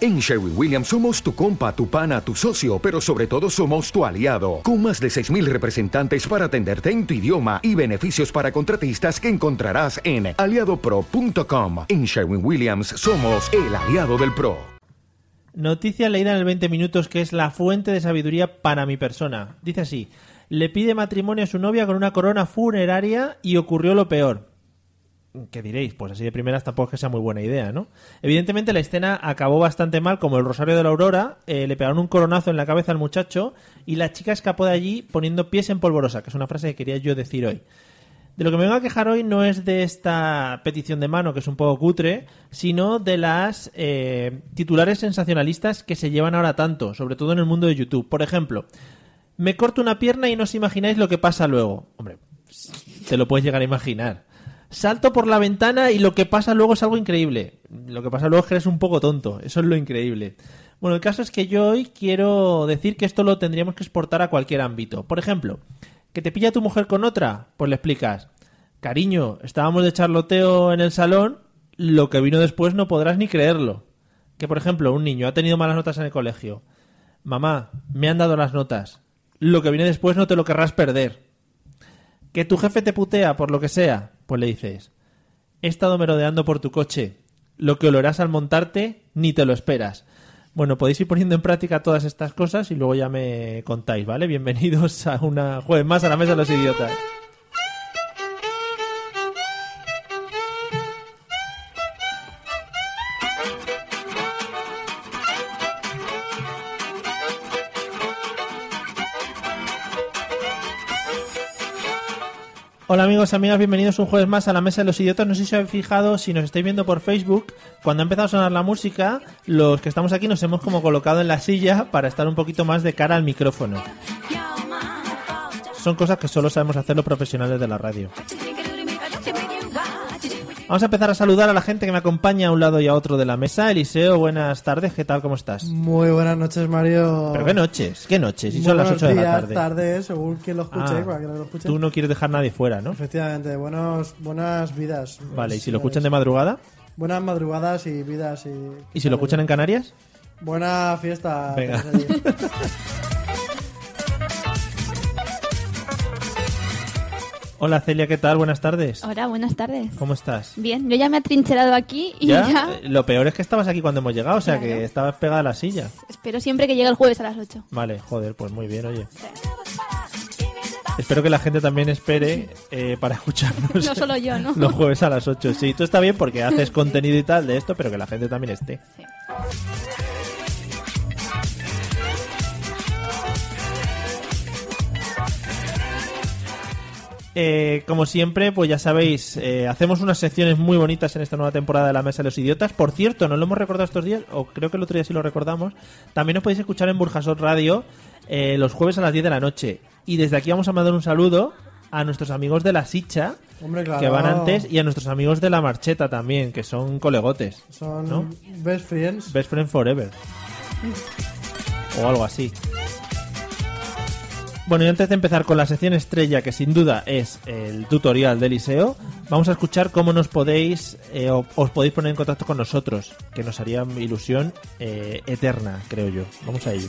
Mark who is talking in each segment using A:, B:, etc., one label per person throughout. A: En Sherwin Williams somos tu compa, tu pana, tu socio, pero sobre todo somos tu aliado, con más de 6.000 representantes para atenderte en tu idioma y beneficios para contratistas que encontrarás en aliadopro.com. En Sherwin Williams somos el aliado del PRO.
B: Noticia leída en el 20 minutos que es la fuente de sabiduría para mi persona. Dice así, le pide matrimonio a su novia con una corona funeraria y ocurrió lo peor. ¿Qué diréis? Pues así de primeras tampoco es que sea muy buena idea, ¿no? Evidentemente la escena acabó bastante mal, como el Rosario de la Aurora, eh, le pegaron un coronazo en la cabeza al muchacho y la chica escapó de allí poniendo pies en polvorosa, que es una frase que quería yo decir hoy. De lo que me vengo a quejar hoy no es de esta petición de mano, que es un poco cutre, sino de las eh, titulares sensacionalistas que se llevan ahora tanto, sobre todo en el mundo de YouTube. Por ejemplo, me corto una pierna y no os imagináis lo que pasa luego. Hombre, te lo puedes llegar a imaginar salto por la ventana y lo que pasa luego es algo increíble. Lo que pasa luego es que eres un poco tonto. Eso es lo increíble. Bueno, el caso es que yo hoy quiero decir que esto lo tendríamos que exportar a cualquier ámbito. Por ejemplo, que te pilla tu mujer con otra, pues le explicas, cariño, estábamos de charloteo en el salón, lo que vino después no podrás ni creerlo. Que, por ejemplo, un niño ha tenido malas notas en el colegio. Mamá, me han dado las notas. Lo que viene después no te lo querrás perder. Que tu jefe te putea por lo que sea, pues le dices, he estado merodeando por tu coche. Lo que olorás al montarte ni te lo esperas. Bueno, podéis ir poniendo en práctica todas estas cosas y luego ya me contáis, ¿vale? Bienvenidos a una jueves más a la mesa de los idiotas. Hola amigos y amigas, bienvenidos un jueves más a la Mesa de los Idiotas. No sé si os habéis fijado, si nos estáis viendo por Facebook, cuando ha empezado a sonar la música, los que estamos aquí nos hemos como colocado en la silla para estar un poquito más de cara al micrófono. Son cosas que solo sabemos hacer los profesionales de la radio. Vamos a empezar a saludar a la gente que me acompaña a un lado y a otro de la mesa. Eliseo, buenas tardes, ¿qué tal? ¿Cómo estás?
C: Muy buenas noches, Mario.
B: Pero qué noches, qué noches, y
C: Muy
B: son las
C: buenos
B: 8 de la
C: días,
B: tarde.
C: tardes, según quien lo escuche,
B: Ah,
C: cualquiera que lo escuche.
B: Tú no quieres dejar a nadie fuera, ¿no?
C: Efectivamente, buenos, buenas vidas.
B: Vale, y si
C: Buenas
B: lo escuchan de
C: señales.
B: madrugada,
C: Buenas madrugadas y vidas. ¿Y,
B: y si lo escuchan en Canarias.
C: Buena fiesta.
B: Venga.
C: tenéis allí.
B: Hola Celia, ¿qué tal? Buenas tardes.
D: Hola, buenas tardes.
B: ¿Cómo estás?
D: Bien, yo ya me he atrincherado aquí y
B: ¿Ya?
D: ya.
B: Eh, Lo peor es que estabas aquí cuando hemos llegado, o sea que
D: Claro.
B: estabas pegada a la silla.
D: Espero siempre que llegue el jueves a las 8.
B: Vale, joder, pues muy bien, oye. Espero que la gente también espere eh, para escucharnos.
D: No solo yo, ¿no?
B: Los jueves a las 8. Sí, tú está bien porque haces contenido y tal de esto, pero que la gente también esté.
D: Sí.
B: Eh, como siempre, pues ya sabéis, eh, hacemos unas secciones muy bonitas en esta nueva temporada de la Mesa de los Idiotas. Por cierto, no lo hemos recordado estos días, o creo que el otro día sí lo recordamos. También nos podéis escuchar en Burjasot Radio eh, los jueves a las 10 de la noche. Y desde aquí vamos a mandar un saludo a nuestros amigos de la Sicha,
C: Hombre, claro.
B: que van antes, y a nuestros amigos de la Marcheta también, que son colegotes.
C: Son
B: ¿no?
C: best friends.
B: Best Friend Forever. O algo así. Bueno, y antes de empezar con la sección estrella, que sin duda es el tutorial de Eliseo, vamos a escuchar cómo nos podéis, eh, o- os podéis poner en contacto con nosotros, que nos haría ilusión eh, eterna, creo yo. Vamos a ello.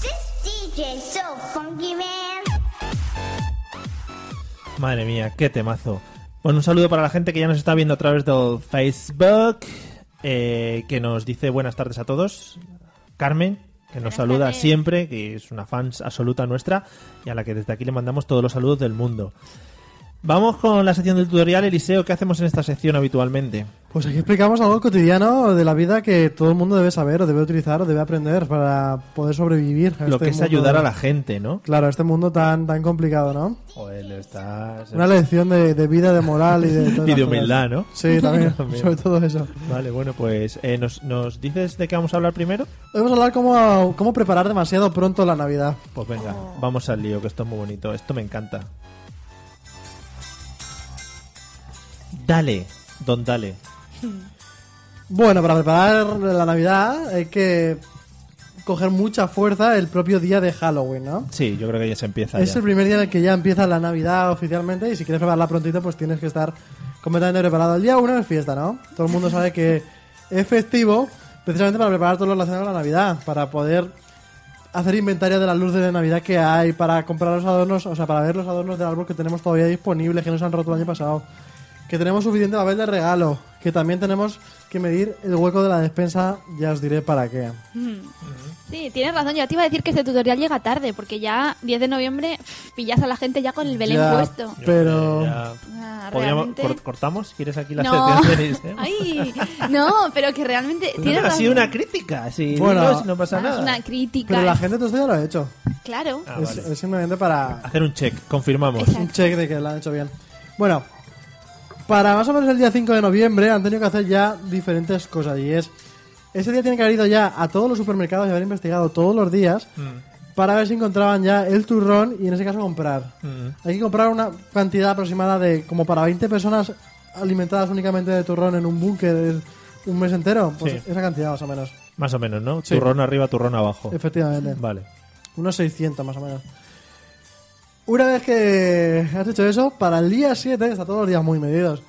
E: This DJ's so funky, man.
B: Madre mía, qué temazo. Bueno, un saludo para la gente que ya nos está viendo a través del Facebook, eh, que nos dice buenas tardes a todos. Carmen, que nos
D: Buenas
B: saluda
D: tardes.
B: siempre, que es una fans absoluta nuestra, y a la que desde aquí le mandamos todos los saludos del mundo. Vamos con la sección del tutorial, Eliseo. ¿Qué hacemos en esta sección habitualmente?
C: Pues aquí explicamos algo cotidiano de la vida que todo el mundo debe saber, o debe utilizar, o debe aprender para poder sobrevivir. a
B: Lo
C: este
B: que es
C: mundo
B: ayudar
C: tan-
B: a la gente, ¿no?
C: Claro, este mundo tan, tan complicado, ¿no?
B: Joder, estás...
C: Una lección de, de vida, de moral y de... todas
B: Y de
C: las
B: humildad,
C: cosas.
B: ¿no?
C: Sí, también,
B: También.
C: sobre todo eso.
B: Vale, bueno, pues eh, ¿nos, ¿nos dices de qué vamos a hablar primero?
C: Hoy vamos a hablar cómo, cómo preparar demasiado pronto la Navidad.
B: Pues venga,
D: Oh.
B: vamos al lío, que esto es muy bonito. Esto me encanta. Dale, don Dale.
C: Bueno, para preparar la Navidad hay que coger mucha fuerza el propio día de Halloween, ¿no?
B: Sí, yo creo que ya se empieza.
C: Es
B: ya.
C: el primer día en el que ya empieza la Navidad oficialmente y si quieres prepararla prontito pues tienes que estar completamente preparado. El día uno es fiesta, ¿no? Todo el mundo sabe que es festivo precisamente para preparar todo lo relacionado con la Navidad, para poder hacer inventario de las luces de Navidad que hay, para comprar los adornos, o sea, para ver los adornos del árbol que tenemos todavía disponibles, que nos han roto el año pasado, que tenemos suficiente papel de regalo, que también tenemos que medir el hueco de la despensa, ya os diré para qué.
D: Sí, tienes razón. Yo te iba a decir que este tutorial llega tarde, porque ya 10 de noviembre pff, pillas a la gente ya con el Belén
C: Ya,
D: puesto.
C: Pero...
B: Ya-
D: Ah,
B: ¿Podríamos-
D: realmente-
B: cor- ¿Cortamos? ¿Quieres aquí la
D: No.
B: sección de
C: ¿eh?
B: Eliseo?
D: Ay, no, pero que realmente tienes
B: ha
D: razón.
B: sido una crítica, sí.
C: Bueno.
B: no, si no pasa
D: Ah, es
B: nada.
D: una crítica.
C: Pero la gente todo esto ya lo ha hecho.
D: Claro.
B: Ah,
C: es,
B: vale.
C: es simplemente para
B: Hacer un check, confirmamos.
D: Exacto.
C: un check de que lo han hecho bien. Bueno, para más o menos el día 5 de noviembre han tenido que hacer ya diferentes cosas. Y es, ese día tienen que haber ido ya a todos los supermercados y haber investigado todos los días
B: Mm.
C: para ver si encontraban ya el turrón y en ese caso comprar.
B: Mm.
C: Hay que comprar una cantidad aproximada de como para 20 personas alimentadas únicamente de turrón en un búnker un mes entero. Pues
B: Sí.
C: esa cantidad más o menos,
B: Más o menos, ¿no?
C: Sí.
B: Turrón arriba, turrón abajo.
C: efectivamente.
B: Vale.
C: Unos 600 más o menos. Una vez que has hecho eso, para el día 7, está todos los días muy medidos.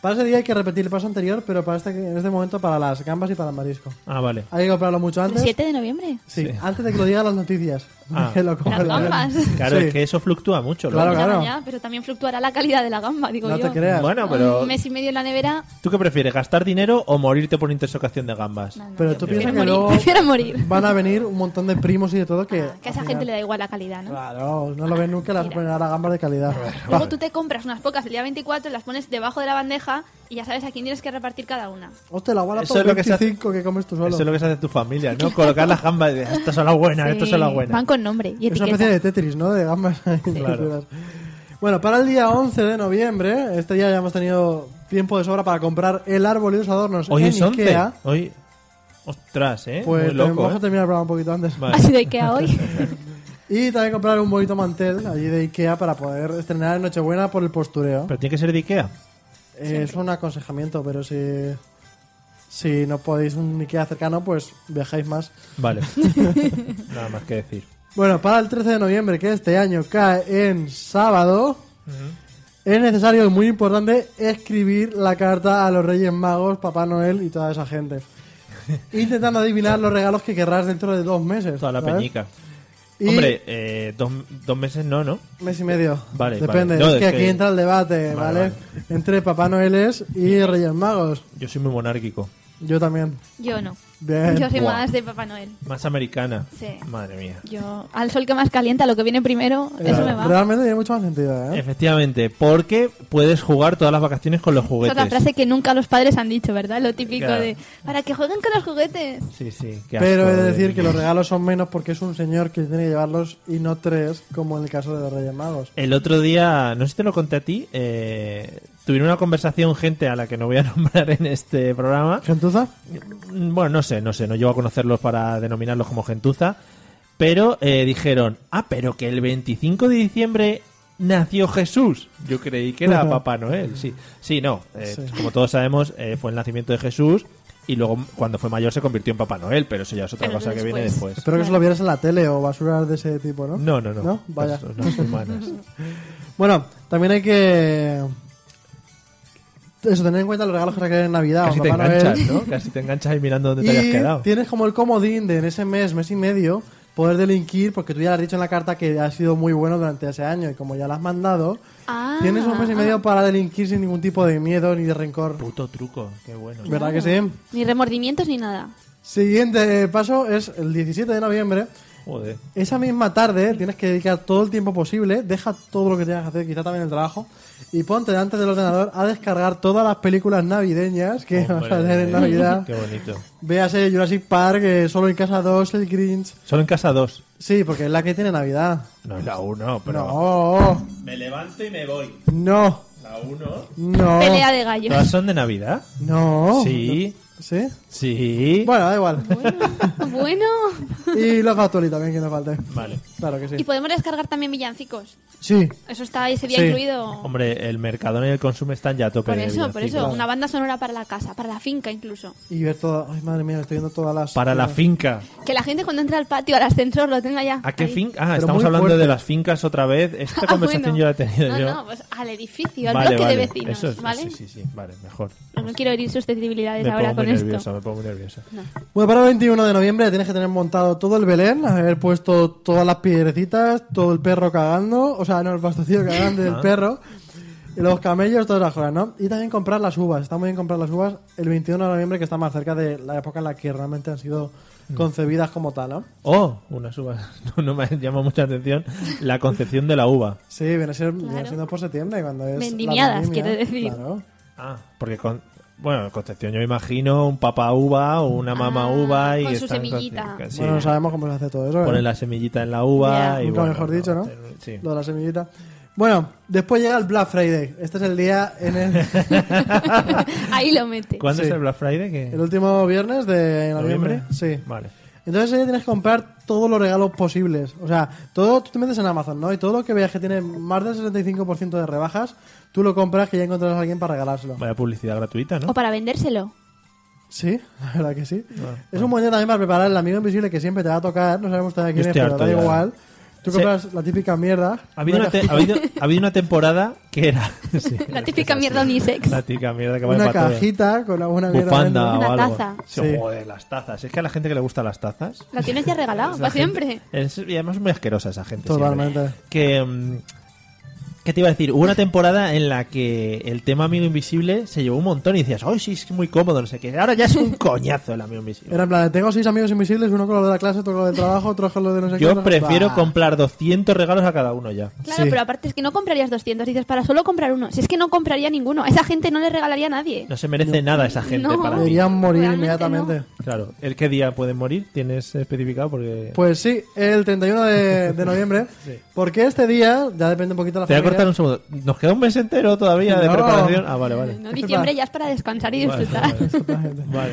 C: Para ese día hay que repetir el paso anterior, pero para este, en este momento para las gambas y para el marisco.
B: Ah, vale.
C: Hay que comprarlo mucho
D: ¿El
C: antes.
D: 7 de noviembre?
C: Sí, antes de que lo digan las noticias.
B: Ah.
C: Que lo cojan
D: Las
C: la vez.
D: gambas.
B: Claro,
C: Sí.
B: es que eso fluctúa mucho.
C: Claro,
B: luego.
D: Ya,
C: claro.
D: ya, pero también fluctuará la calidad de la gamba, digo
C: No
D: yo.
C: te creas.
B: Bueno, pero
D: Un mes y medio en la nevera.
B: ¿tú qué prefieres? ¿Gastar dinero o morirte por intoxicación de gambas?
D: no, no,
C: Pero
D: yo
C: tú
D: prefiero
C: piensas que
D: morir,
C: luego
D: Prefiero morir.
C: van a venir un montón de primos y de todo que...
D: Ah, que a esa gente le da igual la calidad, ¿no?
C: Claro, no lo ven nunca, las ponen a la gamba de calidad.
D: Luego tú te compras unas pocas el día 24, las pones debajo de la bandeja y ya sabes a quién tienes que repartir cada una.
C: Hostia, la guarda
B: Eso
C: por
B: es lo que se
C: 25 que, comes tú solo.
B: Eso es lo que se hace en tu familia, ¿no? Colocar las gambas de estas son las buenas, estas son las buenas.
D: Van con nombre y
C: Es una
D: etiqueta.
C: especie de Tetris, ¿no? De gambas. ahí mezcladas. Bueno, para el día 11 de noviembre, este día ya hemos tenido tiempo de sobra para comprar el árbol y los adornos
B: Hoy
C: en
B: es 11.
C: Ikea.
B: Hoy. Ostras, ¿eh?
C: Pues Ah,
B: Muy loco.
C: vamos a
B: ¿eh?
C: terminar el programa un poquito antes.
B: Vale.
D: Ha sido Ikea hoy.
C: Y también comprar un bonito mantel allí de Ikea para poder estrenar en Nochebuena por el postureo.
B: Pero tiene que ser de Ikea.
C: Eh, es un aconsejamiento, pero si, si no podéis un Ikea cercano, pues viajáis más.
B: Vale. Nada más que decir.
C: Bueno, para el 13 de noviembre, que este año cae en sábado, es necesario y muy importante escribir la carta a los Reyes Magos, Papá Noel y toda esa gente. Intentando adivinar los regalos que querrás dentro de dos meses.
B: Toda la
C: ¿sabes?
B: peñica.
C: Y
B: Hombre, eh, dos, dos meses no, ¿no?
C: Mes y medio.
B: Vale,
C: Depende,
B: vale. No,
C: es
B: es
C: que aquí
B: que-
C: entra el debate,
B: Vale,
C: ¿vale? Entre Papá Noeles y Reyes Magos.
B: Yo soy muy monárquico.
C: Yo también.
D: Yo no.
C: Bien.
D: Yo soy
B: Guau.
D: más de Papá Noel.
B: Más americana.
D: Sí.
B: Madre mía.
D: Yo, al sol que más calienta, lo que viene primero,
C: Eh,
D: eso me va.
C: Realmente tiene mucho más sentido, ¿eh?
B: Efectivamente, porque puedes jugar todas las vacaciones con los
D: Esa
B: juguetes.
D: es la frase que nunca los padres han dicho, ¿verdad? Lo típico
B: Claro.
D: de, para que jueguen con los juguetes.
B: Sí, sí. qué
C: Pero he
B: asco
C: de decir que
B: niños.
C: los regalos son menos porque es un señor que tiene que llevarlos y no tres, como en el caso de los Reyes Magos.
B: El otro día, no sé si te lo conté a ti, eh, tuvieron una conversación gente a la que no voy a nombrar en este programa.
C: ¿Gentuza?
B: Bueno, no sé, no sé, no llego a conocerlos para denominarlos como gentuza. Pero eh, dijeron, ah, pero que el 25 de diciembre nació Jesús. Yo creí que era Papá Noel, sí. Sí, no. eh,
C: Sí.
B: Como todos sabemos, eh, fue el nacimiento de Jesús y luego cuando fue mayor se convirtió en Papá Noel, pero eso ya es otra
D: Pero
B: cosa que
D: después.
B: viene después.
C: Espero que eso lo vieras en la tele o basuras de ese tipo, ¿no?
B: No, no, no.
C: ¿No? Vaya.
B: Personas humanas.
C: Bueno, también hay que... Eso, tener en cuenta los regalos que requieren en Navidad.
B: Casi
C: o
B: te
C: Papá Noel.
B: enganchas, ¿no? Casi te enganchas ahí mirando dónde te
C: Y
B: habías quedado.
C: tienes como el comodín de en ese mes, mes y medio, poder delinquir, porque tú ya le has dicho en la carta que has sido muy bueno durante ese año y como ya la has mandado,
D: Ah.
C: tienes un mes y medio para delinquir sin ningún tipo de miedo ni de rencor.
B: Puto truco, qué bueno.
C: ¿Verdad que sí?
D: Ni remordimientos ni nada.
C: Siguiente paso es el 17 de noviembre.
B: Joder.
C: Esa misma tarde tienes que dedicar todo el tiempo posible, deja todo lo que tengas que hacer, quizá también el trabajo, y ponte delante del ordenador a descargar todas las películas navideñas que vas a
B: Hombre,
C: hacer en Navidad.
B: Qué bonito.
C: Véase Jurassic Park, eh, Solo en Casa 2, El Grinch.
B: Solo en casa dos.
C: Sí, porque es la que tiene Navidad.
B: No es la uno, pero.
C: No,
B: Me levanto y me voy.
C: no,
B: La uno.
C: no.
D: Pelea de gallos.
B: ¿Todas son de Navidad?
C: No.
B: Sí.
C: ¿Sí?
B: Sí.
C: Bueno, da igual.
D: bueno.
C: y los Factory también, que no falte.
B: Vale.
C: Claro que
D: Y
C: sí.
D: podemos descargar también villancicos.
C: Sí.
D: Eso está ese día
C: Sí.
D: incluido.
B: Hombre, el Mercadona y el Consumo están ya a tope.
D: Por
B: de
D: eso, por eso.
B: villancicos.
D: Una banda sonora para la casa, para la finca incluso.
C: Y ver todas... Ay, madre mía, estoy viendo todas las... eh,
B: Para la finca.
D: Que la gente cuando entra al patio, al ascensor, lo tenga ya.
B: ¿A qué
D: ahí.
B: finca? Ah,
C: Pero
B: estamos
C: muy
B: hablando
C: fuerte.
B: de las fincas otra vez. Esta
D: Ah,
B: conversación
D: bueno.
B: yo la he tenido
D: no,
B: yo.
D: No, pues al edificio, al
B: vale,
D: bloque
B: vale.
D: de vecinos,
B: Eso es-
D: ¿vale?
B: Sí, sí, sí. Vale, mejor.
D: No, no quiero herir susceptibilidades
B: Me
D: ahora
B: pongo
D: con
B: muy
D: esto.
B: nervioso, me pongo muy nervioso.
C: Bueno, para el 21 de noviembre tienes que tener montado todo el Belén, haber puesto todas las piedrecitas, todo el perro cagando, o sea, no, el pastocillo cagando del perro, y los camellos, todas las cosas, ¿no? Y también comprar las uvas, está muy bien comprar las uvas el 21 de noviembre, que está más cerca de la época en la que realmente han sido concebidas como tal, ¿no?
B: Oh, una uva. No, no me llama mucha atención la concepción de la uva.
C: Sí, viene, a ser, viene
D: Claro.
C: siendo por septiembre, cuando es... la
D: Vendimiadas,
C: vendimia,
D: quiere decir.
C: Claro.
B: Ah, porque con. Bueno, concepción yo imagino un papá uva o una mamá
D: Ah,
B: uva y
D: con su
B: están
D: semillita.
B: sí,
C: Bueno, no sabemos cómo se hace todo eso. ¿eh?
B: ponen la semillita en la uva
D: Ya.
B: y
C: Nunca
B: bueno,
C: mejor dicho, ¿no?
B: Sí.
C: Lo de la semillita. Bueno, después llega el Black Friday. Este es el día en el...
D: Ahí lo mete.
B: ¿Cuándo
C: Sí.
B: es el Black Friday? ¿Qué?
C: El último viernes de noviembre. Sí.
B: Vale.
C: Entonces ahí tienes que comprar todos los regalos posibles. O sea, todo tú te metes en Amazon, ¿no? Y todo lo que veas que tiene más del 65% de rebajas, tú lo compras que ya encontrarás a alguien para regalárselo.
B: Vaya publicidad gratuita,
D: O
B: ¿no?
D: para vendérselo.
C: Sí, la verdad que sí. es un buen día también para preparar el amigo invisible que siempre te va a tocar. No sabemos todavía quién es,
B: estoy
C: pero
B: harto
C: da
B: ya. ¿eh?
C: igual. Tú
B: Sí.
C: compras la típica mierda.
B: Ha habido, una
C: una,
B: te-
C: ca-
B: ha, habido, ha habido una temporada que era... sí,
D: La
B: es
D: típica
B: que es así.
D: mierda unisex.
B: La típica mierda que va
C: una
B: para todo.
C: cajita con alguna mierda.
B: Bufanda
C: dentro.
D: Una
B: o algo.
D: taza.
B: Sí,
C: Sí.
B: Joder, las tazas. Es que a la gente que le gustan las tazas...
D: La tienes ya regalada,
B: es la
D: para
B: gente-
D: siempre.
B: es- y además es muy asquerosa esa gente. siempre.
C: Totalmente.
B: Que... mm, ¿Qué te iba a decir? Hubo una temporada en la que el tema Amigo Invisible se llevó un montón y decías, ¡ay, sí, es muy cómodo! No sé qué. Ahora ya es un coñazo el Amigo Invisible.
C: Era en plan, tengo seis amigos invisibles, uno con lo de la clase, otro con lo del trabajo, otro con lo de no sé qué.
B: Yo
C: otro-
B: prefiero
C: Bah.
B: comprar 200 regalos a cada uno ya.
D: Claro,
C: Sí.
D: pero aparte es que no comprarías 200. Dices, para solo comprar uno. Si es que no compraría ninguno. A esa gente no le regalaría a nadie.
B: No se merece nada esa gente
D: No.
B: para mí.
C: Deberían morir
D: Realmente
C: inmediatamente.
D: no.
B: Claro, ¿el qué día pueden morir? ¿Tienes especificado? Porque...
C: Pues sí, el 31 de, de noviembre. Porque este día, ya depende un poquito de la
B: Te voy a
C: familia.
B: cortar un segundo. ¿Nos queda un mes entero todavía de
C: No.
B: preparación? Ah, vale, vale.
D: No, diciembre ya es para descansar y disfrutar.
B: Vale.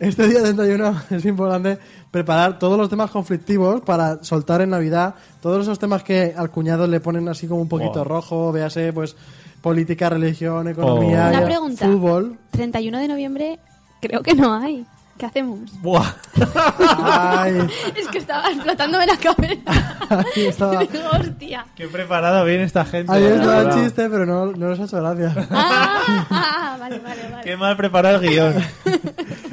C: Este día 31 es importante preparar todos los temas conflictivos para soltar en Navidad. Todos esos temas que al cuñado le ponen así como un poquito
B: Oh.
C: rojo, véase, pues política, religión, economía,
B: Oh.
D: Una
C: ya-
D: pregunta.
C: fútbol.
D: 31 de noviembre creo que no hay. ¿Qué hacemos?
B: Buah.
C: Ay,
D: Es que estaba explotándome la cabeza.
C: ahí estaba.
D: Digo, hostia.
B: Qué preparada viene esta gente.
C: Ahí
B: de
C: estaba el
B: verdad.
C: chiste, pero no, no nos ha hecho gracia.
D: Ah, ah, vale, vale, vale.
B: Qué mal preparado el guión.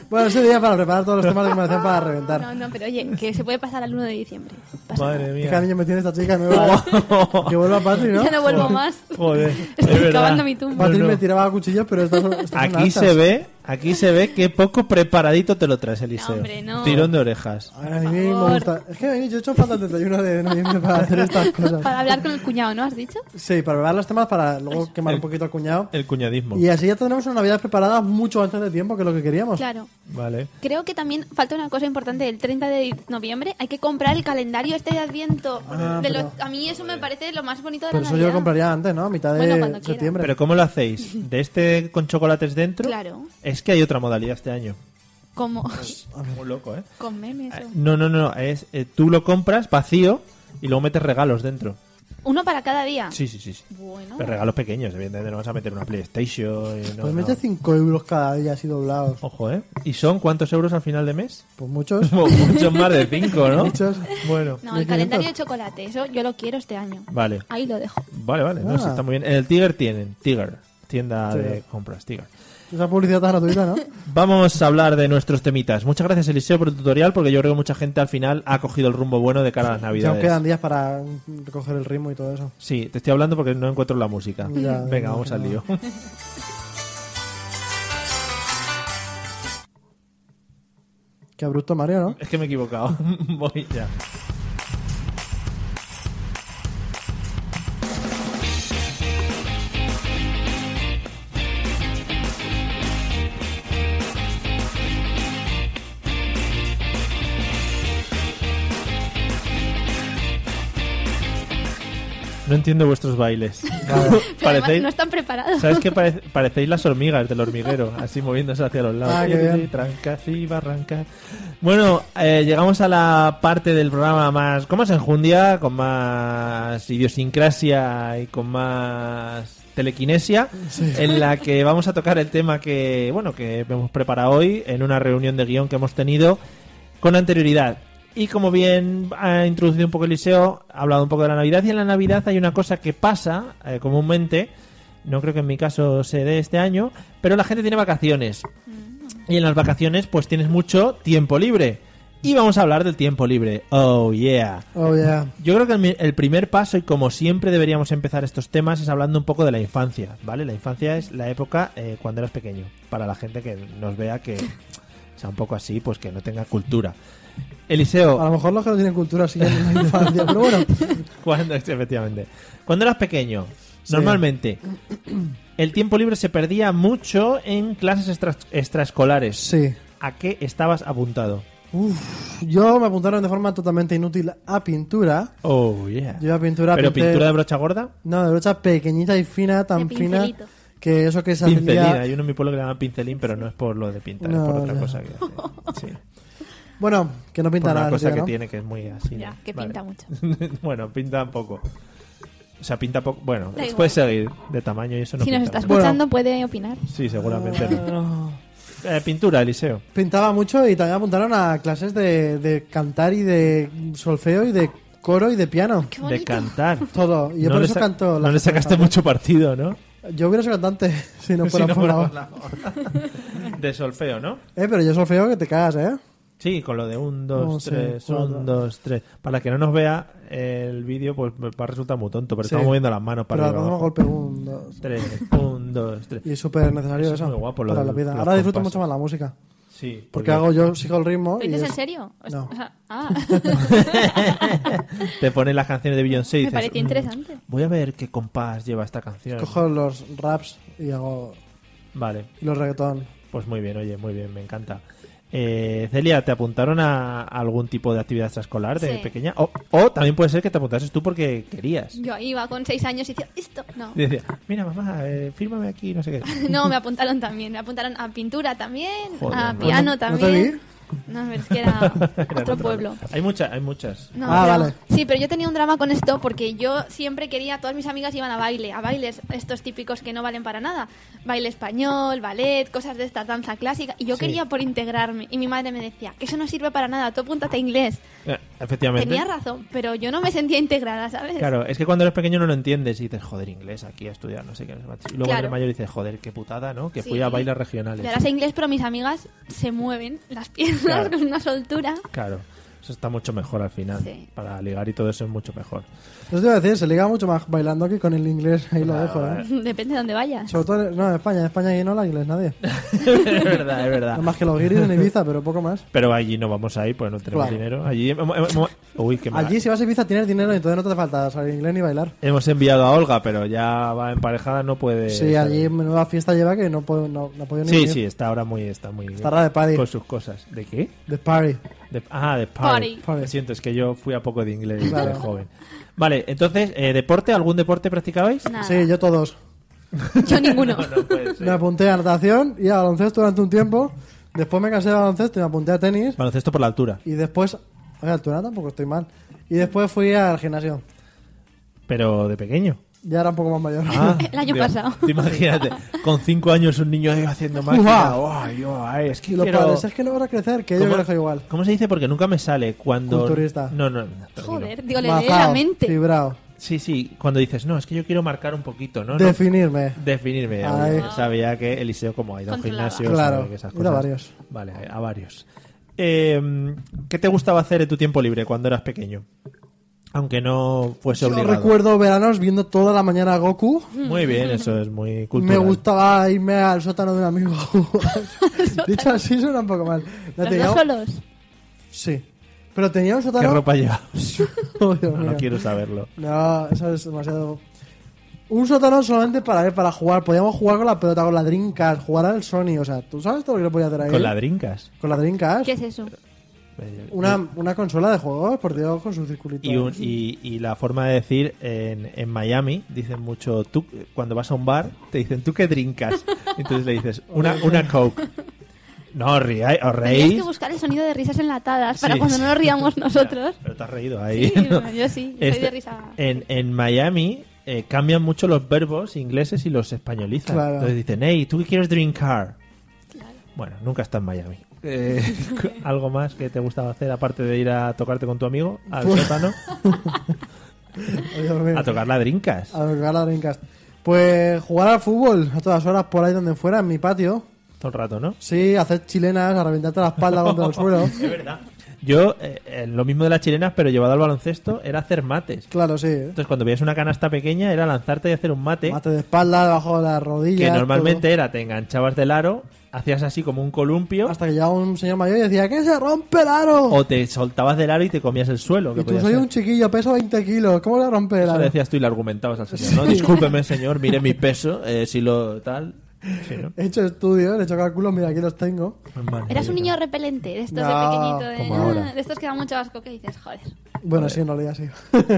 C: Bueno, ese día para preparar todos los temas de conversación para reventar.
D: No, no, pero oye, que se puede pasar al 1 de diciembre. Pasa
B: Madre
D: nada.
C: Qué
B: mía.
C: cariño me tiene esta chica nueva. eh. que vuelva Patri, ¿no?
D: Ya no vuelvo más.
B: Joder. es
D: Estoy
B: verdad.
D: cavando mi tumba.
C: Patri
B: No, no.
C: me tiraba cuchillos, pero estas son- estas son
B: Aquí
C: lanzas.
B: se ve, aquí se ve que poco preparadito te lo traes, Eliseo.
D: No, hombre, no.
B: Tirón de orejas.
C: A mí me
D: favor.
C: gusta. Es que a mí yo he hecho falta el 31 de noviembre para hacer estas cosas.
D: Para hablar con el cuñado, ¿no? ¿Has dicho?
C: Sí, para probar los temas, para luego quemar un poquito al cuñado.
B: El cuñadismo.
C: Y así ya tendremos una Navidad preparada mucho antes de tiempo que lo que queríamos.
D: Claro.
B: Vale.
D: Creo que también falta una cosa importante. El 30 de noviembre hay que comprar el calendario este de Adviento.
C: Ah,
D: de
C: pero-
D: los- a mí eso me parece lo más bonito de
C: Pero
D: la
C: eso yo lo
D: Navidad.
C: compraría antes, ¿no? A mitad de
D: Bueno, cuando quiera.
C: septiembre.
B: Pero ¿cómo lo hacéis? ¿De este con chocolates dentro?
D: Claro.
B: Es que hay otra modalidad este año.
D: Como
C: Pues,
B: Muy loco, ¿eh?
D: con memes. o-
B: No, no, no. Es, eh, tú lo compras vacío y luego metes regalos dentro.
D: Uno para cada día.
B: Sí, sí, sí. sí.
D: Bueno.
B: Pero regalos pequeños, evidentemente no vas a meter una PlayStation. Y no, no.
C: pues mete 5 euros cada día así doblados.
B: Ojo, ¿eh? ¿Y son cuántos euros al final de mes?
C: Pues muchos.
B: Mu- Muchos más de cinco, ¿no?
C: Muchos.
B: Bueno,
D: No, el
C: 1500.
D: calendario de chocolate. Eso yo lo quiero este año.
B: vale.
D: Ahí lo dejo.
B: Vale, vale. No,
C: Ah.
B: sí, está muy bien. En el Tiger tienen. Tiger. Tienda de
C: Tiger.
B: compras. Tiger.
C: Esa publicidad tan gratuita, ¿no?
B: Vamos a hablar de nuestros temitas. Muchas gracias, Eliseo, por el tutorial, porque yo creo que mucha gente al final ha cogido el rumbo bueno de cara a las
C: Ya aún
B: navidades.
C: quedan días para recoger el ritmo y todo eso.
B: Sí, te estoy hablando porque no encuentro la música.
C: Ya,
B: Venga,
C: no,
B: vamos al
C: no.
B: lío.
C: Qué abrupto Mario, ¿no?
B: Eh. Es que me he equivocado. Voy ya. No entiendo vuestros bailes.
D: Pero además no están preparados.
B: ¿Sabes qué? Parece- parecéis las hormigas del hormiguero, así moviéndose hacia los lados.
C: Ah, qué bien.
B: Trancas y barrancas. Bueno, eh, llegamos a la parte del programa más con más enjundia, con más idiosincrasia y con más telequinesia, en la que vamos a tocar el tema que, bueno, que hemos preparado hoy en una reunión de guión que hemos tenido con anterioridad. Y como bien ha introducido un poco Eliseo, ha hablado un poco de la Navidad. Y en la Navidad hay una cosa que pasa eh, comúnmente, no creo que en mi caso se dé este año, pero la gente tiene vacaciones. Y en las vacaciones pues tienes mucho tiempo libre. Y vamos a hablar del tiempo libre. Oh yeah.
C: Oh, yeah.
B: Yo creo que el, mi- el primer paso, y como siempre deberíamos empezar estos temas, es hablando un poco de la infancia, ¿vale? La infancia es la época eh, cuando eras pequeño, para la gente que nos vea que sea un poco así, pues que no tenga cultura.
C: A
B: Eliseo,
C: lo mejor los que no tienen cultura siguen en la infancia, pero bueno.
B: cuando, efectivamente, cuando eras pequeño, normalmente el tiempo libre se perdía mucho en clases extra- extraescolares.
C: Sí.
B: ¿A qué estabas apuntado?
C: Uf, yo me apuntaron de forma totalmente inútil a pintura.
B: Oh, yeah.
C: Yo a pintura
B: ¿Pero
C: pinté-
B: pintura de brocha gorda?
C: No, de brocha pequeñita y fina, tan
D: De
C: fina
D: pincelito.
C: que eso que se
B: Pincelina,
C: hacía...
B: hay uno en mi pueblo que le llaman pincelín, pero no es por lo de pintar,
C: No,
B: es por otra
C: no.
B: cosa que sí.
C: Bueno, que no
B: Por
C: pinta
B: una
C: nada.
B: cosa
C: tío,
B: que
C: ¿no?
B: tiene que es muy así.
D: Ya,
B: ¿no?
D: que
B: Vale.
D: pinta mucho.
B: bueno, pinta poco. O sea, pinta poco. Bueno,
D: Da igual.
B: puedes seguir de tamaño y eso no
D: si nos
B: pinta
D: está
B: mucho.
D: escuchando, puede opinar.
B: Sí, seguramente. Eh, pintura, Eliseo.
C: Pintaba mucho y también apuntaron a clases de, de cantar y de solfeo y de coro y de piano.
D: Qué
B: De
D: bonito.
B: cantar.
C: Todo. Y yo por
B: le
C: eso
B: sa-
C: canto...
B: no
C: las
B: le sacaste
C: canciones.
B: mucho partido, ¿no?
C: Yo hubiera sido cantante si no
B: Si
C: fuera
B: no
C: por la
B: fuera
C: voz.
B: por la- De solfeo, ¿no?
C: Eh, pero yo solfeo que te cagas, ¿eh?
B: Sí, con lo de un, dos,
C: No sé,
B: tres,
C: Oh, cuatro.
B: un, dos, tres. Para que no nos vea el vídeo, pues me va a resultar muy tonto, pero
C: Sí.
B: estamos moviendo las manos para
C: Pero
B: arriba.
C: hacemos
B: abajo.
C: golpe un, dos.
B: Tres, un, dos, tres.
C: Y es súper necesario
B: Eso
C: eso.
B: es muy guapo, lo
C: para
B: de
C: la vida.
B: los
C: Ahora disfruto
B: compases.
C: mucho más la música.
B: Sí.
C: Porque hago yo, sigo el ritmo.
D: ¿Lo
C: Y
D: dices
C: es-
D: en serio? O-
C: No.
D: o sea, ah.
B: Te ponen las canciones de Beyoncé y
D: Me
B: dices,
D: pareció
B: "Mm,
D: interesante.
B: Voy a ver qué compás lleva esta canción.
C: Cojo los raps y hago
B: Vale,
C: los reggaetón.
B: pues muy bien, oye, muy bien, me encanta. Eh, Celia, ¿te apuntaron a algún tipo de actividad extraescolar de
D: Sí.
B: pequeña? O, o también puede ser que te apuntases tú porque querías.
D: Yo iba con seis años y decía, esto, no.
B: Y decía, mira mamá, eh, fírmame aquí, no sé qué.
D: No, me apuntaron también. Me apuntaron a pintura también,
B: Joder,
D: a
B: ¿no?
D: piano
C: ¿No te
D: también. No, pero es que era
B: Era
D: otro
B: otra.
D: pueblo.
B: Hay muchas, hay muchas.
D: No,
C: Ah,
D: pero-
C: vale.
D: Sí, pero yo tenía un drama con esto porque yo siempre quería, todas mis amigas iban a baile, a bailes estos típicos que no valen para nada. Baile español, ballet, cosas de esta danza clásica. Y yo
B: Sí.
D: quería por integrarme. Y mi madre me decía, que eso no sirve para nada, tú apúntate a inglés.
B: Eh, efectivamente.
D: Tenía razón, pero yo no me sentía integrada, ¿sabes?
B: Claro, es que cuando eres pequeño no lo entiendes y dices, joder, inglés, aquí a estudiar, no sé qué. no sé cuántos. Y luego
D: Claro.
B: eres mayor y dices, joder, qué putada, ¿no? Que
D: Sí.
B: fui a bailes regionales.
D: Y ahora sé inglés, pero mis amigas se mueven las piernas
B: Claro.
D: con una soltura.
B: Claro, eso está mucho mejor al final.
D: Sí.
B: Para ligar y todo eso es mucho mejor.
C: Eso te iba a decir, se liga mucho más bailando que con el inglés. Ahí lo dejo, ¿eh?
D: Depende de dónde vayas.
C: Sobre todo, en- no, en España. En España ahí no habla inglés nadie.
B: es verdad, es verdad.
C: Nada más que los guiris en Ibiza, pero poco más.
B: Pero allí no vamos a ir, pues no tenemos
C: Claro.
B: dinero. Allí hemos, hemos- hemos- uy, qué mal.
C: Allí si vas a Ibiza tienes dinero y entonces no te hace falta saber inglés ni bailar.
B: Hemos enviado a Olga, pero ya va emparejada, no puede.
C: Sí,
B: estar
C: allí
B: ahí.
C: menuda fiesta lleva que no puedo, no, no puedo ni
B: Sí,
C: venir.
B: sí, está ahora muy, está muy.
C: Está rara de party.
B: Con sus cosas. ¿De qué?
C: De party.
B: De, ah, de party.
D: Party.
C: Party.
B: Lo siento, es que yo fui a poco de inglés
C: Claro.
B: de joven. Vale, entonces, eh, ¿deporte? ¿Algún deporte practicabais?
D: Nada.
C: Sí, yo todos.
D: Yo ninguno.
B: No puede ser.
C: Me apunté a natación y a baloncesto durante un tiempo. Después me cansé de baloncesto y me apunté a tenis.
B: Baloncesto por la altura.
C: Y después... Oye, altura tampoco estoy mal. Y después fui al gimnasio.
B: Pero de pequeño.
C: Ya era un poco más mayor.
B: Ah,
D: El año
B: Dios,
D: pasado.
B: te Imagínate, con cinco años un niño ahí haciendo máquina. Uah, yo, ay, es
C: y
B: que
C: los
B: quiero-
C: padres, es que no vas a crecer, que yo
B: ¿Cómo-
C: creo que igual.
B: ¿Cómo se dice? Porque nunca me sale cuando...
C: Culturista.
B: No, no, no, tranquilo.
D: Joder, digo, le lee la
C: Mazao,
D: mente.
C: Fibrao.
B: Sí, sí, cuando dices, no, es que yo quiero marcar un poquito, ¿no? no
C: Definirme.
B: definirme.
C: Ay.
B: Oye, Sabía que Eliseo, como ha ido a un
D: Controlaba.
B: gimnasio,
C: Claro,
B: sabe que esas
C: he ido
B: cosas...
C: a varios.
B: Vale, a varios. Eh, ¿Qué te gustaba hacer en tu tiempo libre cuando eras pequeño? Aunque no fuese
C: Yo
B: obligado.
C: recuerdo veranos viendo toda la mañana a Goku.
B: Muy bien, eso es muy
C: Me
B: cultural.
C: gustaba irme al sótano de un amigo. Dicho así suena un poco mal. No,
D: Los
C: tenía
D: dos
C: un-
D: solos.
C: Sí. Pero tenía un
B: ¿Qué
C: sótano...
B: ropa llevabas?
C: Oh, Dios
B: No,
C: mío.
B: no quiero saberlo.
C: No, eso es demasiado. Un sótano solamente para eh, para jugar. Podíamos jugar con la pelota, con la Dreamcast, jugar al Sony. O sea, ¿tú sabes todo lo que le podía hacer ahí?
B: Con ladrincas.
C: Con la Dreamcast.
D: ¿Qué es eso?
B: Eh,
C: Una, una consola de juegos, por Dios, con su circulito.
B: Y, un- y- y la forma de decir en, en Miami, dicen mucho, tú cuando vas a un bar, te dicen, ¿tú qué drinkas? Entonces le dices, una, una Coke. No, os riáis- os
D: Tendrías que
B: reís.
D: buscar el sonido de risas enlatadas para
B: Sí,
D: cuando
B: sí.
D: no nos riamos nosotros.
B: Pero te has reído ahí.
D: Sí,
B: ¿no? Este,
D: yo sí, yo soy de risa.
B: En, en Miami eh, cambian mucho los verbos ingleses y los españolizan.
C: Claro.
B: Entonces dicen, hey, ¿tú qué quieres drinkar? Bueno, nunca está en Miami. Eh, ¿Algo más que te gustaba hacer aparte de ir a tocarte con tu amigo al
C: Pues-
B: sótano?
C: Ay, Dios mío.
B: A tocar la drincas.
C: A jugar a Dreamcast. Pues jugar al fútbol a todas horas, por ahí donde fuera, en mi patio.
B: Todo el rato, ¿no?
C: Sí, hacer chilenas, a reventarte la espalda contra el suelo.
B: Es verdad. Yo, eh, eh, lo mismo de las chilenas, pero llevado al baloncesto, era hacer mates.
C: Claro, sí.
B: Entonces, cuando veías una canasta pequeña, era lanzarte y hacer un mate.
C: Mate de espalda, debajo de las rodillas.
B: que normalmente
C: todo.
B: era, te enganchabas del aro, hacías así como un columpio,
C: Hasta que llegaba un señor mayor y decía, ¡que se rompe el aro!
B: o te soltabas del aro y te comías el suelo. Que
C: y tú
B: podía
C: soy
B: ser.
C: un chiquillo, peso 20 kilos, ¿cómo le rompe el
B: Eso le
C: aro?
B: decías tú y le argumentabas al señor, ¿no? Discúlpeme, señor, mire mi peso, eh, si lo tal... Sí, ¿no?
C: He hecho estudios, he hecho cálculos, mira, aquí los tengo.
D: Eras un niño repelente, de estos
C: No,
D: de pequeñito,
B: como
D: de,
B: ahora.
D: de estos que da mucho asco que dices, joder.
C: Bueno, sí, en realidad sí.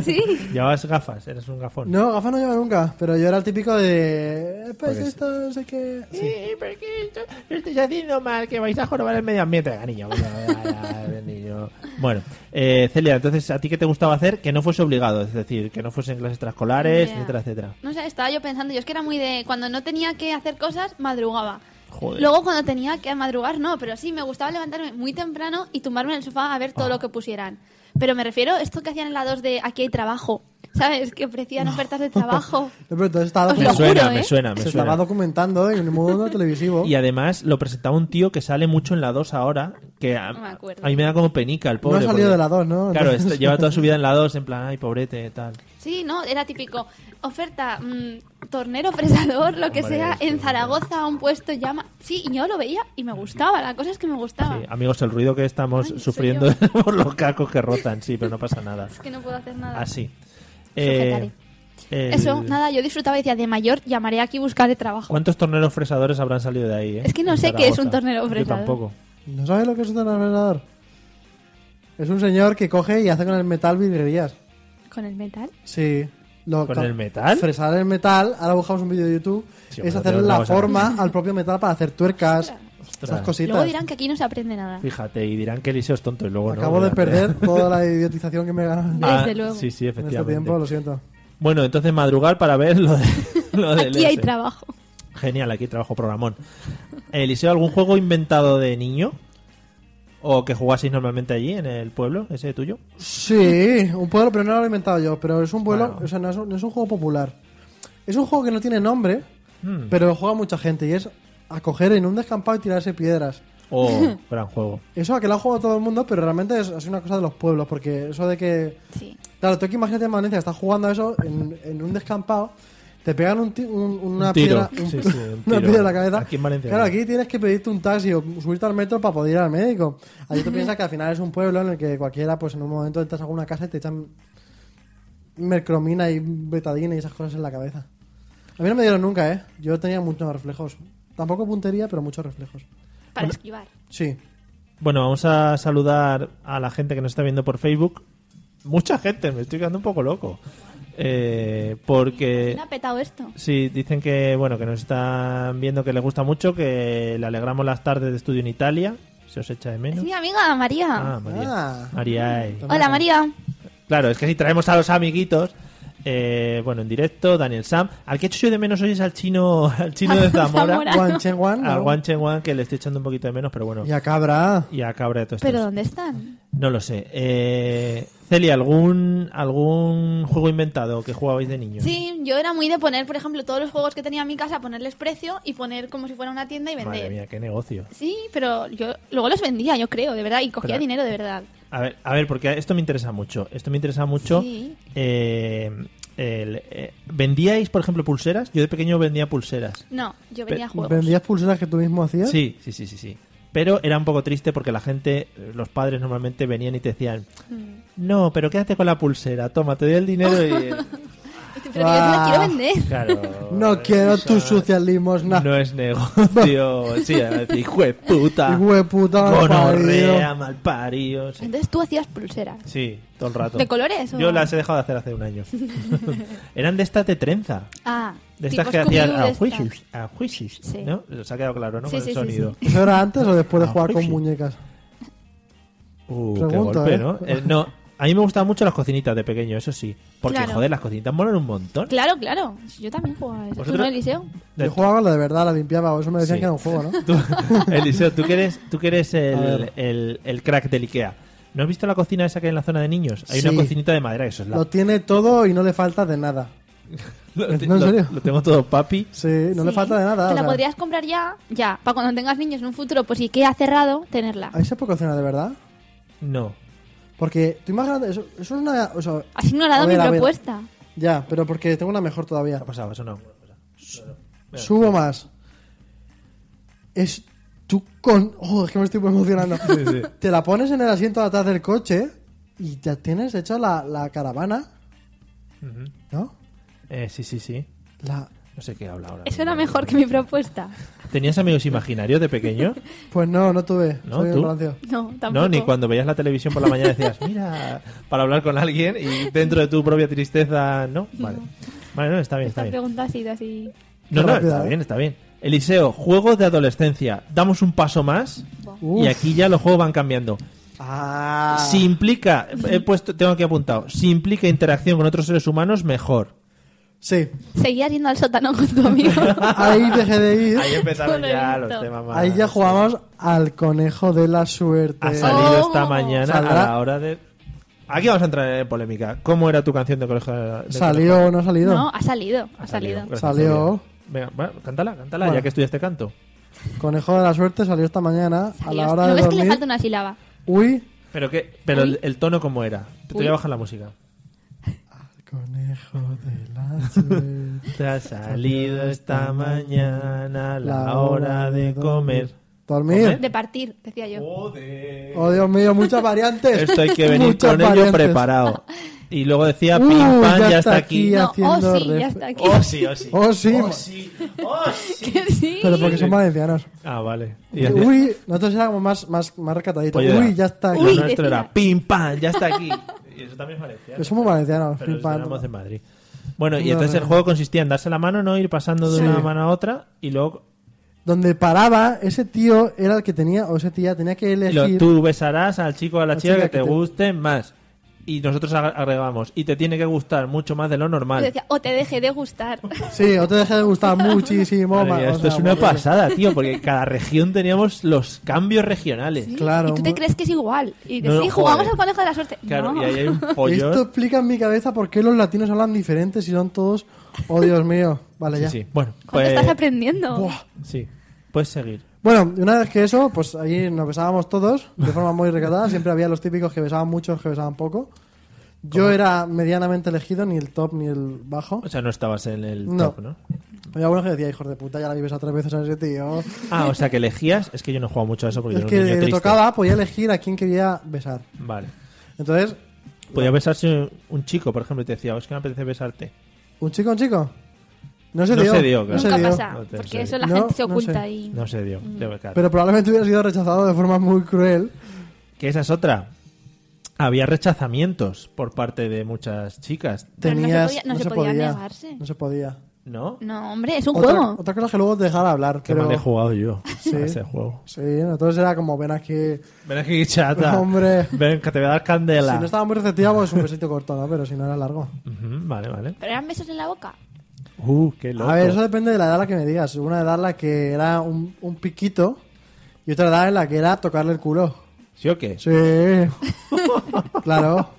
D: Sí,
B: Llevabas gafas, eres un gafón.
C: no, gafas no lleva nunca, pero yo era el típico de... eh, Pues esto, no sé qué...
B: Sí, porque esto lo estáis haciendo mal, que vais a jorobar el medio ambiente. Venga, niño, venga, venga, venga, niño. Bueno, eh, Celia, entonces, ¿a ti qué te gustaba hacer? Que no fuese obligado, es decir, que no fuesen clases extraescolares,
D: Ya.
B: etcétera, etcétera.
D: no sé, estaba yo pensando, yo es que era muy de, cuando no tenía que hacer cosas, madrugaba.
B: Joder.
D: Luego cuando tenía que madrugar, no, pero sí, me gustaba levantarme muy temprano y tumbarme en el sofá a ver
B: Ah.
D: todo lo que pusieran. Pero me refiero, esto que hacían en la 2 de aquí hay trabajo, ¿sabes? Que ofrecían ofertas de trabajo.
C: No, pero entonces estaba,
D: Os
B: Me
D: lo
B: suena,
D: juro, ¿eh?
B: me suena, me
C: se
B: suena.
C: estaba documentando en el mundo televisivo.
B: Y además lo presentaba un tío que sale mucho en la 2 ahora, que a,
D: No me acuerdo.
B: a mí me da como penica el pobre.
C: No ha salido
B: porque-
C: de la 2, ¿no?
B: Claro,
C: Entonces-
B: esto- lleva toda su vida en la 2, en plan, ay, pobrete, tal.
D: Sí, no, era típico. Oferta, mm, tornero, fresador, lo que
B: Hombre,
D: sea,
B: sí,
D: en Zaragoza, a un puesto llama. Sí, y yo lo veía y me gustaba, la cosa es que me gustaba.
B: Sí, amigos, el ruido que estamos
D: Ah. Ay, soy
B: sufriendo por los cacos que rotan, sí, pero no pasa nada.
D: Es que no puedo hacer nada.
B: Así. Eh,
D: Sujetaré.
B: el-
D: Eso, nada, yo disfrutaba y decía, de mayor llamaré aquí y buscaré trabajo.
B: ¿Cuántos torneros fresadores habrán salido de ahí? eh?
D: Es que no
B: En
D: sé qué es un
B: Zaragoza.
D: tornero fresador.
B: Yo tampoco.
C: ¿No sabes lo que es un ordenador? Es un señor que coge y hace con el metal virguerías.
D: ¿Con el metal?
C: Sí. Lo-
B: ¿Con el metal?
C: Fresar el metal, ahora buscamos un vídeo de YouTube,
B: Sí,
C: es
B: bueno,
C: hacerle
B: tengo
C: la
B: otra cosa.
C: forma al propio metal para hacer tuercas, esas
B: Ostras.
C: cositas.
D: Luego dirán que aquí no se aprende nada.
B: Fíjate, y dirán que Eliseo es tonto y luego no,
C: Acabo de
B: obviamente.
C: perder toda la idiotización que me he ganado
B: Ah,
D: Desde luego.
B: Sí, sí,
C: en este
B: efectivamente.
C: tiempo, lo siento.
B: Bueno, entonces madrugar para ver lo de. Lo del
D: Aquí hay
B: ese.
D: trabajo.
B: Genial, aquí trabajo programón. Eliseo, ¿algún juego inventado de niño? ¿O que jugaseis normalmente allí, en el pueblo, ese tuyo?
C: Sí, un pueblo, pero no lo he inventado yo, pero es un pueblo,
B: Bueno.
C: o sea, no es un, no es un juego popular. Es un juego que no tiene nombre,
B: Hmm.
C: pero lo juega mucha gente y es a coger en un descampado y tirarse piedras.
B: Oh, gran juego.
C: Eso a que lo ha jugado todo el mundo, pero realmente es, es una cosa de los pueblos, porque eso de que
D: Sí.
C: Claro, tú aquí imagínate en Valencia, estás jugando a eso en, en un descampado, te pegan un ti- un- una
B: Un tiro.
C: piedra, un-
B: Sí, sí, un
C: una
B: tiro.
C: piedra en la cabeza.
B: Aquí en Valencia
C: Claro,
B: no.
C: aquí tienes que pedirte un taxi o subirte al metro para poder ir al médico. Allí tú piensas que al final es un pueblo en el que cualquiera, pues en un momento entras a alguna casa y te echan mercromina y betadina y esas cosas en la cabeza. A mí no me dieron nunca, ¿eh? Yo tenía muchos reflejos. Tampoco puntería, pero muchos reflejos.
D: Para esquivar.
C: Sí.
B: Bueno, vamos a saludar a la gente que nos está viendo por Facebook. Mucha gente, me estoy quedando un poco loco. Eh, porque
D: ¿Quién ha petado esto?
B: Sí, dicen que bueno que nos están viendo que les gusta mucho, que le alegramos las tardes de estudio en Italia. Se os echa de
D: Es
B: menos.
D: mi amiga María.
B: Ah, María.
C: Ah.
B: María. eh.
D: Hola María.
B: Claro, es que si traemos a los amiguitos, eh, bueno, en directo, Daniel Sam. Al que he hecho yo de menos hoy es al chino, al chino de Zamora.
D: Zamora.
C: Juan Chen Wan,
B: Al
C: ¿no?
B: Wan Chen Wan, que le estoy echando un poquito de menos, pero bueno.
C: Y a Cabra.
B: Y a Cabra de todos
D: ¿Pero
B: estos.
D: dónde están?
B: No lo sé. Eh, Celia, ¿algún, ¿algún juego inventado que jugabais de niño?
D: Sí, yo era muy de poner, por ejemplo, todos los juegos que tenía en mi casa, ponerles precio y poner como si fuera una tienda y
B: Madre
D: vender.
B: mía, qué negocio.
D: Sí, pero yo luego los vendía, yo creo, de verdad, y cogía
B: Pero-
D: dinero de verdad.
B: A ver, a ver, porque esto me interesa mucho. Esto me interesa mucho.
D: Sí.
B: Eh, el- eh, ¿Vendíais, por ejemplo, pulseras? Yo de pequeño vendía pulseras.
D: No, yo
B: Pe-
D: vendía juegos.
C: ¿Vendías pulseras que tú mismo hacías?
B: Sí, sí, sí, sí, sí. Pero era un poco triste porque la gente, eh, los padres normalmente
D: Mm.
B: venían y te decían, no, pero quédate con la pulsera, toma, te doy el dinero y... eh,
D: Y Pero yo te la quiero vender.
B: Claro.
C: No quiero tus sucias limosnas.
B: No es negocio. Sí, a decir, hijo de puta.
C: Hijo de puta, mal
B: Gonorrea,
C: parido.
B: mal parido. Sí.
D: Entonces tú hacías pulseras.
B: Sí, todo el rato.
D: ¿De colores o-
B: Yo las he dejado de hacer hace un año. Eran de estas de trenza.
D: Ah,
B: De estas
D: tipo
B: que hacían Ah,
D: Scooby-Doo
B: a
D: de estas.
B: juicis, a juicis,
D: Sí.
B: ¿no? Os ha quedado claro, ¿no?
D: Sí,
B: Con
D: sí,
B: el
D: sí,
B: sonido.
C: ¿Eso era antes o después de
B: Ah,
C: jugar con
B: sí.
C: muñecas?
B: Uh,
C: Pregunto,
B: qué golpe,
C: ¿eh?
B: ¿no? Eh, no, a mí me gustaban mucho las cocinitas de pequeño, eso sí. Porque,
D: Claro.
B: joder, las cocinitas molan un montón.
D: Claro, claro. Yo también jugaba a eso. ¿Tú
B: ¿Vosotros?
D: no, Eliseo?
B: De-
C: Yo jugaba la de verdad, la limpiaba. o Eso me decían
B: Sí.
C: que era un juego, ¿no?
B: Tú- Eliseo, tú que eres, tú que eres
C: A
B: el,
C: ver.
B: el- el crack del Ikea. ¿No has visto la cocina esa que hay en la zona de niños? Hay
C: Sí.
B: una cocinita de madera, eso es la...
C: Lo tiene todo y no le falta de nada.
B: lo,
C: ¿no, en serio?
B: lo tengo todo papi.
C: Sí, no le
D: Sí.
C: falta de nada.
D: Te
C: o
D: la
C: sea,
D: podrías comprar ya, ya. Para cuando tengas niños en un futuro, pues si queda cerrado, tenerla.
C: Ahí se puede cocinar de verdad.
B: No.
C: Porque, tú imagínate, eso, eso es una. o sea,
D: Has ignorado
C: a ver,
D: mi
C: a ver.
D: propuesta.
C: Ya, pero porque tengo una mejor todavía.
B: Ha pasado, eso no.
C: Subo más. Es tú con. Oh, es que me estoy emocionando.
B: sí.
C: Te la pones en el asiento de atrás del coche y ya tienes hecha la, la caravana.
B: Ujú.
C: ¿No?
B: Eh, sí, sí, sí.
C: La.
B: No sé qué habla ahora.
D: Eso era mejor que mi propuesta.
B: ¿Tenías amigos imaginarios de pequeño?
C: Pues no, no tuve.
B: ¿No?
C: Soy un
B: ¿Tú?
C: rancio.
D: No, tampoco.
B: No, ni cuando veías la televisión por la mañana decías, mira, para hablar con alguien y dentro de tu propia tristeza, no. Vale, vale no, está bien, está
D: Esta
B: bien.
D: pregunta ha sido así.
B: No,
C: Qué
B: no,
C: rápida,
B: está
C: ¿eh?
B: bien, está bien. Eliseo, juegos de adolescencia. Damos un paso más y
C: Uf.
B: aquí ya los juegos van cambiando.
C: Ah.
B: Si implica, he puesto, tengo aquí apuntado, si implica interacción con otros seres humanos, mejor.
C: Sí.
D: Seguías yendo al sótano con tu amigo.
C: Ahí dejé de ir.
B: Ahí empezaron
D: Correcto.
B: ya los temas más.
C: Ahí ya jugamos al conejo de la suerte.
B: Ha salido
D: Oh.
B: esta mañana
C: Saldrá.
B: a la hora de. Aquí vamos a entrar en polémica. ¿Cómo era tu canción de colegio? de colegio?
C: ¿Salió o no ha salido?
D: No, ha salido, ha salido.
B: gracias,
C: Salió.
B: Julia. Venga, va, cántala, cántala,
C: Bueno.
B: ya que estudiaste canto.
C: Conejo de la suerte salió esta mañana
D: Salió.
C: a la hora
D: ¿No
C: de
D: ves que le
C: dormir.
D: falta una sílaba?
C: Uy,
B: Pero que, pero el, el tono cómo era. Te voy
D: Uy.
B: a bajar la música.
C: conejo de la suerte.
B: Te ha salido esta mañana
C: la hora de comer. Dormir.
B: ¿Comer?
D: De partir, decía yo.
B: Joder.
C: Oh, Dios mío, muchas variantes.
B: Esto hay que venir
C: Muchas
B: con ello
C: variantes.
B: preparado. Y luego decía,
C: Uh,
B: pim pam,
C: ya
B: ya
C: está
B: está aquí.
C: aquí.
D: No,
C: haciendo
D: oh sí,
C: ref-
D: ya está aquí.
B: Oh, sí, oh, sí.
C: Oh, sí.
B: sí. Oh, sí.
D: Que sí.
C: Pero porque son valencianos.
B: Ah, vale. Y hacía-
C: Uy, nosotros éramos más, más, más recataditos.
B: Oye,
C: Uy, ya está aquí.
B: Lo
D: Uy,
B: nuestro
D: decía.
B: era pim pam, ya está aquí. Y eso también es valenciano.
C: Que somos valencianos.
B: Pero
C: pim, pam.
B: éramos de Madrid. Bueno, y
C: No,
B: entonces
C: no,
B: el
C: no.
B: juego consistía en darse la mano, ¿no? Ir pasando de
C: Sí.
B: una mano a otra y luego
C: Donde paraba, ese tío era el que tenía, o ese tía tenía que
B: y lo-
C: elegir.
B: tú besarás al chico o a la
C: La
B: chica,
C: chica
B: que te,
C: que te-
B: guste más. Y nosotros ag- agregamos, y te tiene que gustar mucho más de lo
D: Yo
B: normal.
D: decía, o te deje de gustar.
C: Sí, o te dejé de gustar muchísimo.
B: Madre
C: ma-
B: mía,
C: o
B: esto
C: sea,
B: es una
C: bueno,
B: pasada, tío, porque cada región teníamos los cambios regionales.
C: Claro.
D: y tú te
C: mu-
D: crees que es igual. Y dices,
B: No, no,
D: sí, jugamos
B: joder.
D: al conejo de la suerte.
B: Claro,
D: no.
B: y ahí hay un pollón.
C: Esto explica en mi cabeza por qué los latinos hablan diferentes y son todos. Oh, Dios mío. Vale,
B: Sí,
C: ya.
B: sí. Bueno,
D: ¿Cuánto
B: pues-
D: estás aprendiendo?
B: Sí, puedes seguir.
C: Bueno, y una vez que eso, pues ahí nos besábamos todos de forma muy recatada. Siempre había los típicos que besaban mucho, los que besaban poco. Yo era medianamente elegido, ni el top ni el bajo.
B: O sea, no estabas en el
C: No.
B: top, ¿no?
C: Había algunos que decía, hijos de puta, ya la vives a tres veces a ese tío.
B: Ah, o sea, que elegías. Es que yo no he jugado mucho a eso porque
C: Es
B: Pues yo
C: que
B: era un niño
C: le
B: triste.
C: tocaba, podía elegir a quién quería besar.
B: Vale.
C: Entonces,
B: Podía besarse un- un chico, por ejemplo, y te decía, "Oh, es que me apetece besarte.
C: ¿un chico, un chico? No se
B: No
C: dio.
B: se dio, claro.
C: se
D: Nunca
C: dio.
D: pasa,
B: No te
D: porque
B: sé.
D: eso la
C: No,
D: gente se
C: no
D: oculta
C: sé.
D: y...
B: No se dio.
D: Mm.
B: de verdad.
C: Pero probablemente hubiera sido rechazado de forma muy cruel.
B: Que esa es otra. Había rechazamientos por parte de muchas chicas,
D: Pero no se
C: Tenías,
D: podía- no se podía negarse.
C: No se podía.
B: ¿no?
D: No, hombre, es un
C: Otra,
D: juego.
C: otra cosa es que luego te dejara hablar.
B: Qué
C: pero...
B: mal he jugado yo
C: Sí.
B: a ese juego.
C: Sí, entonces era como, ven aquí.
B: Ven aquí, chata.
C: Hombre.
B: Ven, que te voy a dar candela.
C: Si no estaba muy receptiva, pues un besito corto, ¿no? Pero si no era largo.
B: Ujú, vale, vale.
D: ¿Pero eran besos en la boca?
B: Uh, qué loco.
C: A ver, eso depende de la edad a la que me digas. Hubo Una edad en la que era un, un piquito y otra edad en la que era tocarle el culo.
B: ¿Sí o qué?
C: Sí. claro.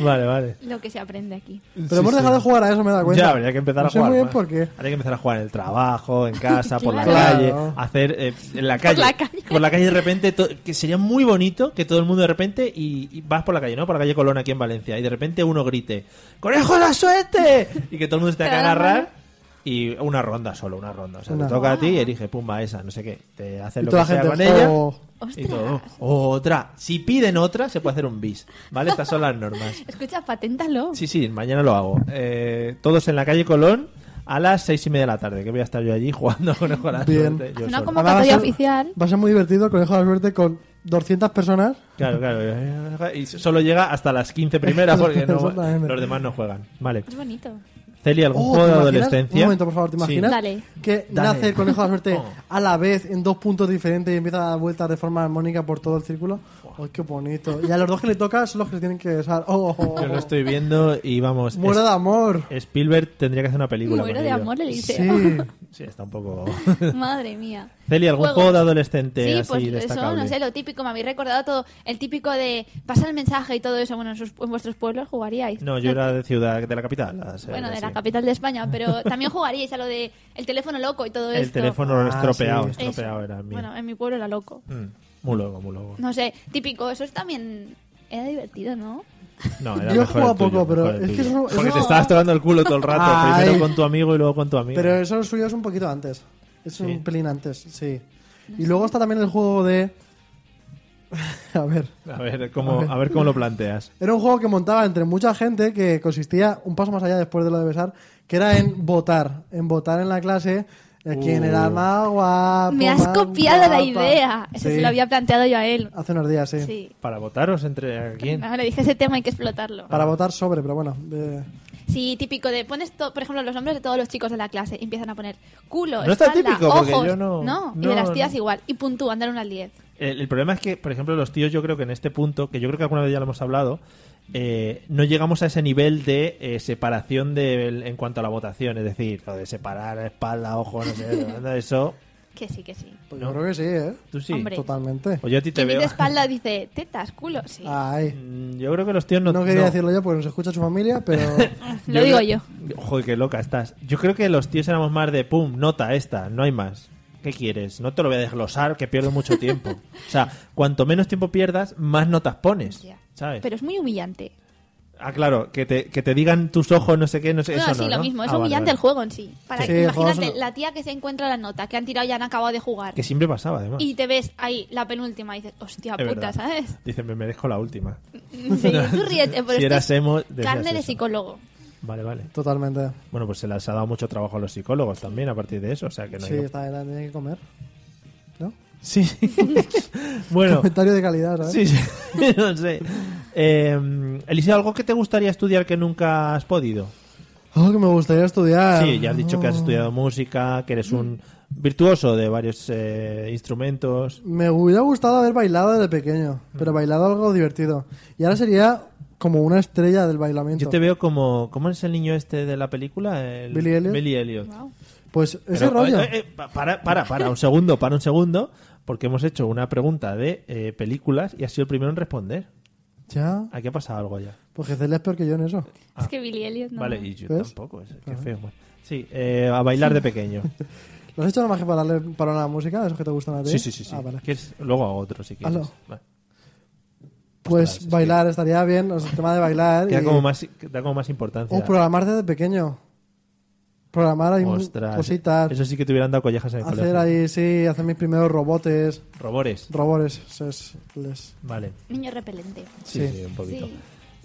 B: Vale, vale.
D: Lo que se aprende aquí.
C: Pero
B: Sí,
C: hemos
B: sí.
C: dejado de jugar a eso, me da cuenta.
B: Ya habría que empezar
C: No
B: a jugar.
C: Sé muy bien
B: más.
C: por qué.
B: Habría que empezar a jugar en el trabajo, en casa, por la
D: Claro.
B: calle, hacer eh, en la calle.
D: la calle.
B: Por la calle de repente, to- que sería muy bonito que todo el mundo de repente y, y vas por la calle, ¿no? Por la calle Colón aquí en Valencia y de repente uno grite, "Conejo de la suerte" y que todo el mundo se tenga que
D: Te da la
B: agarrar.
D: mano.
B: y una ronda solo, una ronda. O sea,
C: Una.
B: te toca a ti y elige, pumba, esa, no sé qué. Te haces
C: Y
B: lo
C: toda
B: que
C: la
B: sea
C: gente,
B: con ella.
C: "Oh".
B: Y todo.
D: Ostras.
B: Otra. Si piden otra, se puede hacer un bis. ¿Vale? Estas son las normas.
D: Escucha, paténtalo.
B: Sí, sí, mañana lo hago. Eh, todos en la calle Colón a las seis y media de la tarde, que voy a estar yo allí jugando con el corazón.
C: Bien.
B: Yo
D: Haz una
B: solo.
D: como-
C: Además, va a
D: Convocatoria
C: ser-
D: oficial.
C: Va a ser muy divertido el Conejo de la Suerte con 200 personas.
B: Claro, claro. Y solo llega hasta las 15 primeras porque no-
C: Exactamente.
B: los demás no juegan. Vale.
D: Es bonito.
B: Celia, ¿algún
C: Oh,
B: juego
C: ¿te
B: de
C: imaginas?
B: adolescencia?
C: Un momento, por favor, ¿te
B: Sí.
C: imaginas?
D: Dale.
C: Que
B: Dale.
C: nace el Conejo de la Suerte
B: Oh.
C: a la vez en dos puntos diferentes y empieza a dar vueltas de forma armónica por todo el círculo. ¡Ay, qué bonito! Y a los dos que le toca son los que tienen que besar. ¡Oh, oh, oh.
B: Yo lo estoy viendo y vamos.
C: Muero de
B: es-
C: amor!
B: Spielberg tendría que hacer una película.
D: Muero
B: con
D: de
B: ello.
D: amor,
C: Sí.
D: Eliseo.
B: Sí, está un poco.
D: Madre mía.
B: Celia, ¿algún
D: Juegos.
B: juego de adolescente
D: Sí,
B: así
D: pues eso,
B: destacable?
D: no sé, lo típico. Me habéis recordado todo el típico de pasar el mensaje y todo eso. Bueno, en, sus- en vuestros pueblos jugaríais.
B: No, yo era de ciudad, de la capital. o sea,
D: Bueno, de la
B: sí.
D: capital de España, pero también jugaríais a lo de el teléfono loco y todo
B: El
D: esto.
B: teléfono
C: Ah,
B: estropeado,
C: sí.
D: Eso.
B: estropeado era mío.
D: Bueno, en mi pueblo era loco.
B: Mm, Muy loco, muy loco.
D: No sé, típico. Eso es también... Era divertido, ¿no?
B: No, era
C: Yo
B: mejor
C: jugaba
B: el tuyo,
C: poco, pero
B: mejor el
C: es que
B: tuyo.
C: eso-
B: Porque
C: eso-
B: te estabas tomando el culo todo el rato,
C: Ay.
B: primero con tu amigo y luego con tu amigo.
C: Pero eso lo suyo es un poquito antes. Es
B: Sí.
C: un pelín antes, sí. Y luego está también el juego de... a ver...
B: A ver cómo, a ver cómo lo planteas.
C: Era un juego que montaba entre mucha gente que consistía un paso más allá después de lo de besar, que era en votar, en votar en la clase eh, quién
B: Uh.
C: era el más guapo.
D: Me has
C: más
D: copiado la
C: guapa.
D: idea. Eso
C: Sí.
D: se lo había planteado yo a él.
C: hace unos días, sí.
D: Sí.
B: ¿Para votaros entre a quién? Ah.
D: No, le dije ese tema hay que explotarlo.
C: Para votar sobre, pero bueno. eh,
D: Sí, típico de pones, to- por ejemplo, los nombres de todos los chicos de la clase. y Empiezan a poner culo,
B: No está
D: espalda,
B: típico,
D: ojos.
B: porque yo no-
D: y de
B: no,
D: las tías
B: no.
D: igual. Y puntúan, dan una al 10.
B: El, el problema es que, por ejemplo, los tíos, yo creo que en este punto, que yo creo que alguna vez ya lo hemos hablado, eh, no llegamos a ese nivel de eh, separación de, en cuanto a la votación. Es decir, lo de separar espalda, ojo, no sé, nada de eso.
D: Que sí, que sí.
C: pues yo creo que sí, ¿eh?
B: Tú sí.
D: Hombre.
C: Totalmente.
B: O Pues yo a ti te
D: Quien
B: veo.
D: dice espalda dice tetas, culo. Sí.
C: Ay.
B: Mm, Yo creo que los tíos no.
C: No, quería
B: no.
C: decirlo yo porque nos escucha su familia, pero.
D: lo digo
B: creo-
D: yo.
B: Joder, qué loca estás. Yo creo que los tíos éramos más de pum, nota esta, no hay más. ¿Qué quieres? No te lo voy a desglosar, que pierdo mucho tiempo. O sea, cuanto menos tiempo pierdas, más notas pones.
D: Ya.
B: ¿Sabes?
D: Pero es muy humillante.
B: Ah, claro, que te, que te digan tus ojos, no sé qué, no sé
D: no,
B: eso
D: sí,
B: no,
D: lo
B: ¿no?
D: mismo. Es
B: Ah, vale,
D: humillante
B: vale.
D: el juego en sí. Para
C: Sí,
D: que-
C: el juego
D: imagínate,
C: es un-
D: la tía que se encuentra la nota, que han tirado y han acabado de jugar.
B: Que siempre pasaba, además.
D: Y te ves ahí, la penúltima, y dices, hostia
B: Es
D: puta,
B: verdad.
D: ¿sabes?
B: Dicen, me merezco la última.
D: Sí, tú ríete, pero
B: Si
D: esto
B: eras
D: es
B: emo, decías
D: carne de
B: eso.
D: psicólogo.
B: Vale, vale.
C: Totalmente.
B: Bueno, pues se les ha dado mucho trabajo a los psicólogos también a partir de eso, o sea que no
C: Sí,
B: hay...
C: está, era- tenía que comer. ¿No?
B: Sí. bueno,
C: Comentario de calidad, ¿sabes?
B: Sí, sí, no sé. Eh, Eliseo, ¿algo que te gustaría estudiar que nunca has podido?
C: Oh, que me gustaría estudiar.
B: Sí, ya has dicho que has
C: Ah.
B: estudiado música, que eres un virtuoso de varios eh, instrumentos.
C: Me hubiera gustado haber bailado desde pequeño, pero
B: Mm.
C: bailado algo divertido. Y ahora sería como una estrella del bailamiento.
B: Yo te veo como... ¿Cómo es el niño este de la película? El-
C: Billy Elliot.
D: Wow.
C: Pues ese
B: Pero,
C: rollo.
B: eh, eh, pa- para, para, para, un segundo, para un segundo, porque hemos hecho una pregunta de eh, películas y has sido el primero en responder.
C: Ya,
B: Aquí ha pasado algo ya.
C: pues que Celia es peor que yo en eso.
D: Es que Billy Elliot no.
B: Ah. Vale, y yo
C: ¿Ves?
B: tampoco, es, qué feo. bueno. Sí, eh, a bailar de pequeño.
C: ¿Lo has hecho nada más que para darle para la música? ¿Esos que te gustan a ti?
B: Sí, sí, sí. sí.
C: Ah, vale.
B: ¿Quieres? Luego hago otro si quieres.
C: Hazlo.
B: Vale.
C: Pues
B: Ostras, es
C: bailar estaría bien, o sea, el tema de bailar.
B: Queda
C: y-
B: como más, da como más importancia.
C: O programar desde pequeño. Programar hay mu-
B: Ostras,
C: cositas.
B: Eso sí que te hubieran dado collejas en el
C: hacer
B: colegio.
C: ahí, sí, hacer mis primeros robotes.
B: Robores.
C: Robores. eso es- les-
B: Vale.
D: Niño repelente.
B: Sí, sí,
C: Sí.
B: un poquito.
D: Sí.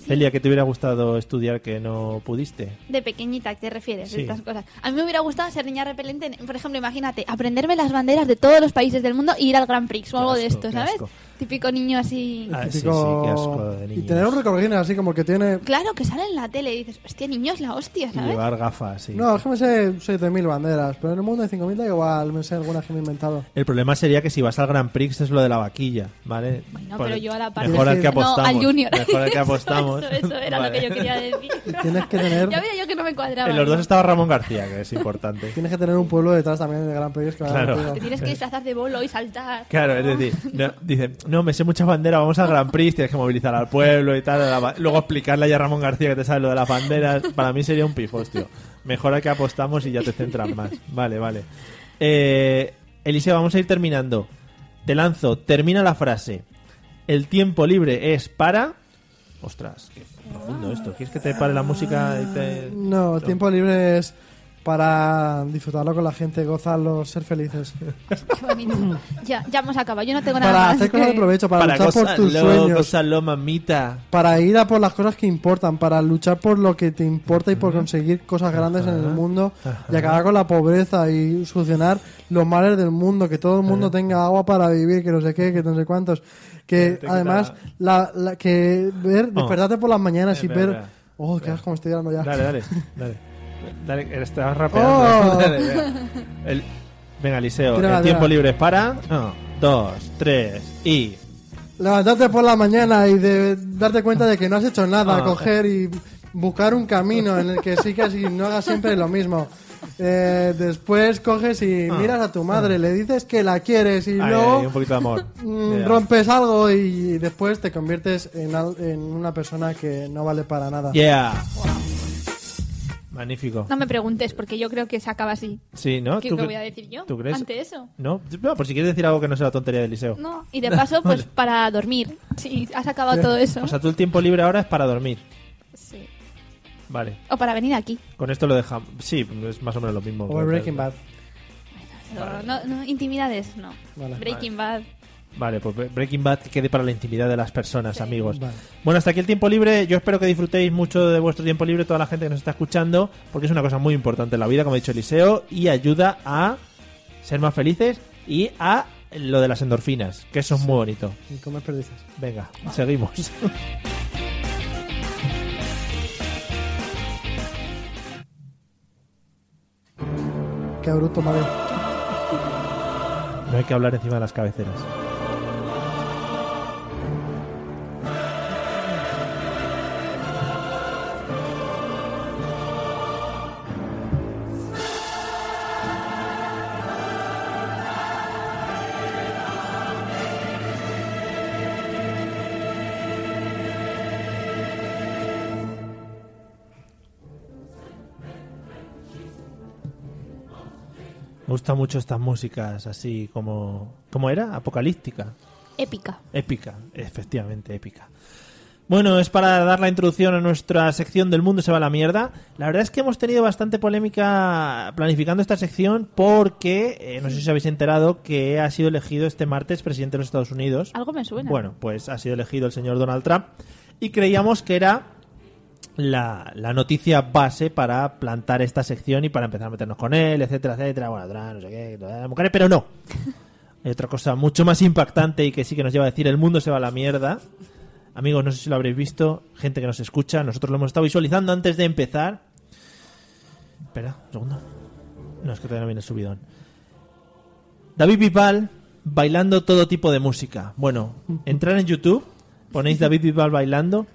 B: Celia, ¿qué te hubiera gustado estudiar que no pudiste?
D: De pequeñita, ¿te refieres?
B: Sí.
D: Estas cosas. A mí me hubiera gustado ser niña repelente. en- Por ejemplo, imagínate, aprenderme las banderas de todos los países del mundo y ir al Grand Prix o algo de
B: asco,
D: esto,
B: qué
D: ¿sabes?
B: asco.
D: Típico niño así.
B: Ah, sí, sí, qué
C: típico-
B: asco de niños.
C: Y tener un recordín así como que tiene.
D: Claro, que sale en la tele y dices, hostia, niño es la hostia,
B: Y
D: ¿sabes?
B: llevar gafas, sí.
C: No, es que me sé 7.000 banderas, pero en el mundo hay 5.000, da igual, me sé algunas que me he inventado.
B: El problema sería que si vas al Grand Prix es lo de la vaquilla, ¿vale?
D: Bueno,
B: Por-
D: pero yo a la par
B: Pues Mejor al que
D: No,
B: apostamos.
D: al Junior.
B: Mejor al que apostamos.
D: eso, eso era
B: Vale.
D: lo que yo quería decir.
C: Tienes que tener-
D: Ya veía yo que no me cuadraba.
B: En los dos
D: ¿no?
B: estaba Ramón García, que es importante.
C: Tienes que tener un pueblo detrás también de Gran Prix que va
B: Claro.
C: contigo.
D: Te tienes que disfrazar de bolo y saltar.
B: Claro, es decir, no, dice, no, me sé muchas banderas, vamos al Gran Prix, tienes que movilizar al pueblo y tal. la ba- luego explicarle ya a Ramón García que te sabe lo de las banderas. Para mí sería un pifostio. Mejor a que apostamos y ya te centras más. Vale, vale. Eh, Eliseo, vamos a ir terminando. Te lanzo, termina la frase. El tiempo libre es para. Ostras, qué profundo esto. ¿Quieres que te pare la música? Y te...
C: No, tiempo libre es para disfrutarlo con la gente, gozarlo, ser felices.
D: Qué bonito. ya, ya hemos acabado. Yo no tengo nada
C: para
D: más.
C: hacer cosas de
D: que-
C: provecho, para, luchar por tus
B: gózalo,
C: sueños.
B: gózalo, mamita.
C: Para ir a por las cosas que importan, para luchar por lo que te importa y por conseguir cosas grandes en el mundo y acabar con la pobreza y solucionar los males del mundo, que todo el mundo tenga agua para vivir, que no sé qué, que no sé cuántos. Que
B: quita-
C: además, la, la- que ver, despertarte por las mañanas y
B: Espera,
C: ver.
B: espera.
C: Oh, qué asco, me estoy llorando ya.
B: Dale, dale, dale. Dale, estabas rapeando.
C: Oh.
B: Dale, dale. El- Venga, Liceo,
C: Tira,
B: el
C: tira.
B: tiempo libre es para... Uno, dos, tres y...
C: Levantarte por la mañana y de darte cuenta de que no has hecho nada,
B: Ah.
C: coger y buscar un camino en el que sigas y no hagas siempre lo mismo. Eh, después coges
B: Ah.
C: y miras a tu madre, le dices que la quieres y
B: Ahí,
C: luego
B: ahí, un poquito de amor.
C: mm,
B: Ya.
C: rompes algo y después te conviertes en, al- en una persona que no vale para nada.
B: Yeah. Magnífico.
D: No me preguntes, porque yo creo que se acaba así.
B: Sí, ¿no?
D: ¿Qué
B: ¿Tú
D: qué
B: cre-
D: voy a decir yo
B: ¿Tú crees?
D: ante eso?
B: No, no, por si quieres decir algo que no sea la tontería del liceo.
D: No, y de paso, pues para dormir. Sí, has acabado todo eso.
B: O sea, tú el tiempo libre ahora es para dormir.
D: Sí.
B: Vale,
D: O para venir aquí.
B: con esto lo dejamos. Sí, es más o menos lo mismo.
C: O el Breaking Bad.
D: No, no, no, intimidades, no.
C: Vale.
D: Breaking Bad.
B: Vale, pues Bre- Breaking Bad que quede para la intimidad de las personas, amigos.
C: Vale.
B: Bueno, hasta aquí el tiempo libre. Yo espero que disfrutéis mucho de vuestro tiempo libre, toda la gente que nos está escuchando, porque es una cosa muy importante en la vida, como ha dicho Eliseo, y ayuda a ser más felices y a lo de las endorfinas, que eso es muy bonito.
C: Y comes perdices.
B: Venga, seguimos.
C: Qué bruto, madre.
B: No hay que hablar encima de las cabeceras. Me gustan mucho estas músicas así como... ¿Cómo era? Apocalíptica.
D: Épica.
B: Épica, efectivamente, épica. Bueno, es para dar la introducción a nuestra sección del mundo se va a la mierda. La verdad es que hemos tenido bastante polémica planificando esta sección porque, eh, no sé si os habéis enterado, que ha sido elegido este martes presidente de los Estados Unidos.
D: Algo me suena.
B: Bueno, pues ha sido elegido el señor Donald Trump y creíamos que era la, la noticia base para plantar esta sección y para empezar a meternos con él, etcétera, etcétera. Bueno, Trump, no sé qué, todas las mujeres, pero no. Hay otra cosa mucho más impactante y que sí que nos lleva a decir el mundo se va a la mierda. Amigos, no sé si lo habréis visto, gente que nos escucha, nosotros lo hemos estado visualizando antes de empezar. Espera, un segundo. No, es que todavía no viene el subidón. David Bisbal bailando todo tipo de música. Bueno, entrar en YouTube, ponéis David Bisbal bailando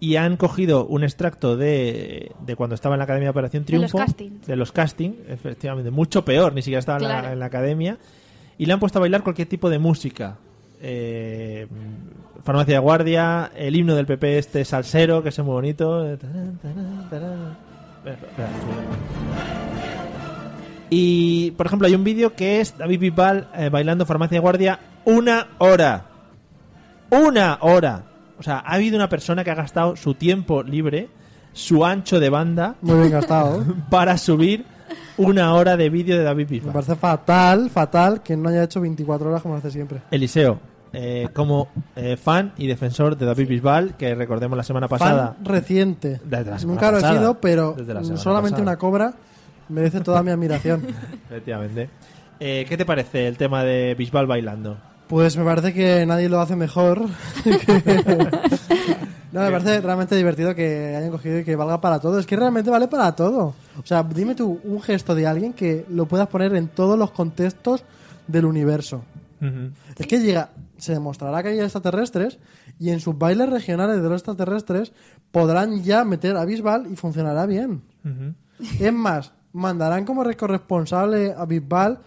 B: y han cogido un extracto de, de cuando estaba en la Academia de Operación
D: De los
B: Triunfo.
D: castings.
B: De los castings, efectivamente. Mucho peor, ni siquiera estaba en la-
D: Claro.
B: en la Academia y le han puesto a bailar cualquier tipo de música. Eh, farmacia de guardia, el himno del PP este salsero, que es muy bonito. Eh, tarán, tarán, tarán. Espera, espera, espera. Y, por ejemplo, hay un vídeo que es David Bisbal eh, bailando farmacia de guardia una hora. ¡Una hora! O sea, ha habido una persona que ha gastado su tiempo libre, su ancho de banda,
C: Muy bien gastado. ¿eh?
B: para subir una hora de vídeo de David
C: Me
B: Bisbal.
C: parece fatal, fatal que no haya hecho 24 horas como lo hace siempre.
B: Eliseo, eh, como eh, fan y defensor de David Bisbal, que recordemos la semana pasada.
C: Fan reciente.
B: Desde la semana
C: Nunca lo he
B: pasada.
C: sido, pero
B: Desde la semana
C: solamente
B: pasada.
C: una cobra merece toda mi admiración.
B: Efectivamente. Eh, ¿Qué te parece el tema de Bisbal bailando?
C: Pues me parece que nadie lo hace mejor. no, me parece realmente divertido que hayan cogido y que valga para todo. Es que realmente vale para todo. O sea, dime tú un gesto de alguien que lo puedas poner en todos los contextos del universo.
B: Ujú.
C: Es que llega, se demostrará que hay extraterrestres y en sus bailes regionales de los extraterrestres podrán ya meter a Bisbal y funcionará bien. Es más, mandarán como re- corresponsable a Bisbal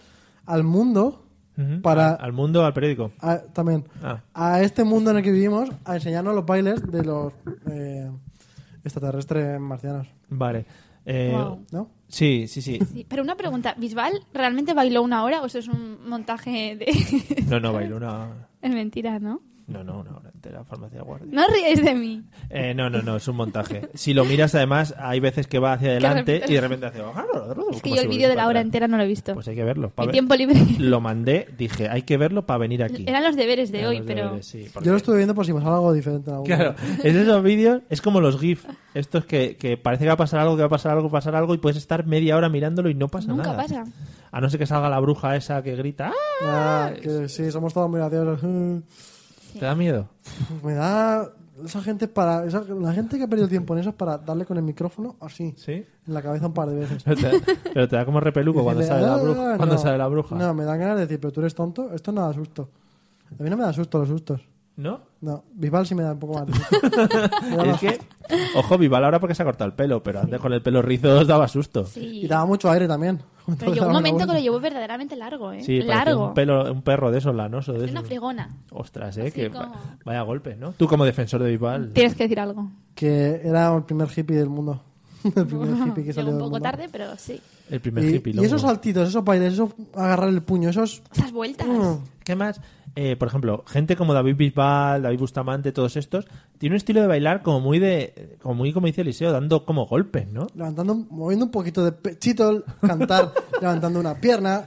C: al mundo
B: Ujú.
C: para
B: Al mundo, al periódico.
C: a- también
B: Ah.
C: a este mundo en el que vivimos a enseñarnos los bailes de los eh, extraterrestres marcianos,
B: Vale. Eh,
D: Wow.
C: ¿no?
B: Sí, sí, sí.
D: Sí, pero una pregunta, ¿Bisbal realmente bailó una hora o eso es un montaje de...
B: No, no, bailó una.
D: es mentira, ¿no?
B: No, no, una hora entera, farmacia guardia.
D: No os riáis de mí.
B: Eh, no, no, no, es un montaje. Si lo miras, además, hay veces que va hacia adelante
D: repente-
B: y de repente hace abajo.
D: Es que yo el vídeo de la hora entera no lo he visto.
B: Pues hay que verlo. pa'
D: Mi
B: ver-
D: tiempo libre.
B: Lo mandé, dije, hay que verlo para venir aquí.
D: Eran los deberes de
B: Eran
D: hoy,
B: los
D: pero.
B: deberes, sí, porque-
C: Yo lo estuve viendo por si pasaba algo diferente en algún
B: Claro,
C: momento.
B: es esos vídeos, es como los GIF, estos que, que parece que va a pasar algo, que va a pasar algo, va a pasar algo y puedes estar media hora mirándolo y no pasa
D: Nunca
B: nada.
D: pasa.
B: A no ser que salga la bruja esa que grita, ¡Ah!
C: Ah, que sí, somos todos muy graciosos.
B: ¿Te da miedo?
C: Uf, Me da... Esa gente para... esa- la gente que ha perdido tiempo en eso es para darle con el micrófono así.
B: Sí.
C: En la cabeza un par de veces.
B: Pero te, pero te da como repeluco cuando
C: Decirle,
B: sale la
C: "Ah,
B: bruja.
C: no".
B: Cuando sale la bruja.
C: No, me dan ganas de decir, pero tú eres tonto. Esto no da susto. A mí no me da susto los sustos.
B: ¿No?
C: No, Vival sí me da un poco más de susto. Me da
B: Es
C: más
B: que,
C: susto.
B: ojo, Vival ahora porque se ha cortado el pelo, pero antes con el pelo rizo os daba susto.
D: Sí.
C: Y daba mucho aire también.
D: Pero llegó un momento que lo llevó verdaderamente largo, ¿eh?
B: Sí, parecía
D: largo.
B: un, pelo, un perro de esos lanoso. De
D: Es una
B: esos.
D: fregona.
B: Ostras, eh,
D: Así
B: que
D: como-
B: va- vaya golpe, ¿no? Tú como defensor de Vival.
D: Tienes que decir algo.
C: Que era el primer hippie del mundo. El primer hippie
D: Llegó
C: que salió
D: un
C: del
D: poco
C: mundo.
D: tarde, pero sí.
B: El primer
C: Y,
B: hippie.
C: y
B: loco.
C: esos saltitos, esos bailes, esos agarrar el puño, esos... mm,
D: Esas vueltas.
B: ¿Qué más? Eh, por ejemplo, gente como David Bisbal, David Bustamante, todos estos, tiene un estilo de bailar como muy de, como muy como dice Eliseo, dando como golpes, ¿no?
C: Levantando, moviendo un poquito de pechito, el cantar, levantando una pierna.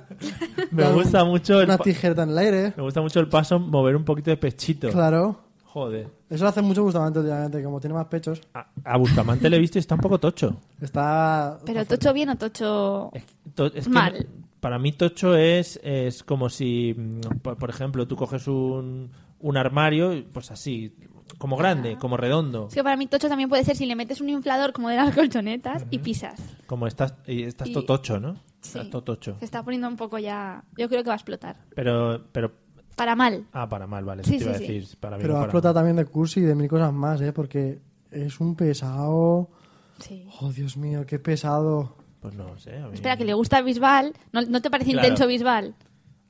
B: Me
C: dar un-
B: gusta mucho el
C: Una
B: pa-
C: tijereta en el aire,
B: Me gusta mucho el paso, mover un poquito de pechito.
C: claro.
B: Joder.
C: Eso lo hace mucho Bustamante últimamente, como tiene más pechos.
B: A, a Bustamante le he visto y está un poco tocho.
C: Está...
D: Pero tocho bien o tocho.
B: Es que to- es que
D: Mal.
B: no- para mí tocho es, es como si, mm, por, por ejemplo, tú coges un, un armario, pues así, como grande, como redondo.
D: Es que para mí tocho también puede ser si le metes un inflador como de las colchonetas y pisas.
B: Como estás, y estás
D: Y-
B: todo tocho, ¿no? Estás
D: Sí.
B: todo tocho.
D: Se está poniendo un poco ya. Yo creo que va a explotar.
B: Pero, pero
D: Para mal.
B: Ah, para mal, vale.
D: Sí,
B: eso te
D: sí,
B: iba a
D: sí.
B: decir. Para bien
C: Pero
B: o
C: ha
B: para
C: explotado
B: mal.
C: también de cursi y de mil cosas más, ¿eh? Porque es un pesado.
D: Sí.
C: Oh, Dios mío, qué pesado.
B: Pues no sé. a mí-
D: Espera, que le gusta Bisbal. ¿No, no te parece
B: Claro.
D: intenso Bisbal?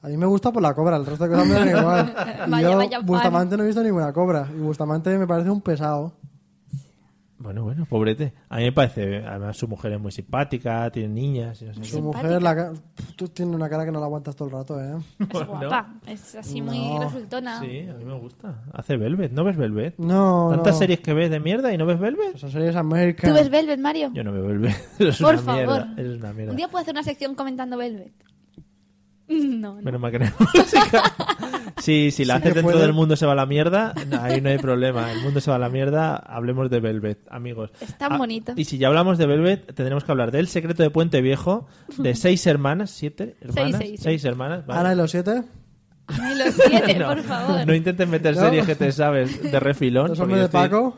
C: A mí me gusta por la cobra, el resto de cosas me dan igual. Y
D: Vaya,
C: yo,
D: vaya fan.
C: Bustamante no he visto ninguna cobra. Y Bustamante me parece un pesado.
B: Bueno, bueno, pobrete. A mí me parece. Además, su mujer es muy simpática, tiene niñas. y no sé
C: Su
B: qué.
C: mujer, la ca- tú tienes una cara que no la aguantas todo el rato, ¿eh?
D: Es guapa. Es así muy
C: No.
D: resultona.
B: Sí, a mí me gusta. Hace Velvet. ¿No ves Velvet?
C: No,
B: Tantas
C: no.
B: series que ves de mierda y no ves Velvet.
C: Son series American.
D: ¿Tú ves Velvet, Mario?
B: Yo no veo Velvet. Eso es
D: Por
B: una
D: favor.
B: mierda. Eso es una mierda.
D: Un día puedo hacer una sección comentando Velvet. No, Ah, no.
B: Menos mal que no hay música. Sí, si la
C: Sí que
B: haces dentro
C: puede.
B: del mundo se va a la mierda, no, ahí no hay problema. El mundo se va a la mierda, hablemos de Velvet, amigos. Ah,
D: Es tan bonito.
B: Y si ya hablamos de Velvet, tendremos que hablar del secreto de Puente Viejo, de seis hermanas, siete hermanas,
D: seis, sí.
B: hermanas. vale.
C: Ana y los siete.
D: Ay, los siete,
B: No,
D: por favor.
B: No intentes meter
C: No.
B: series que te sabes de refilón.
C: Los
B: porque
C: hombres de
B: yo estoy-
C: Paco.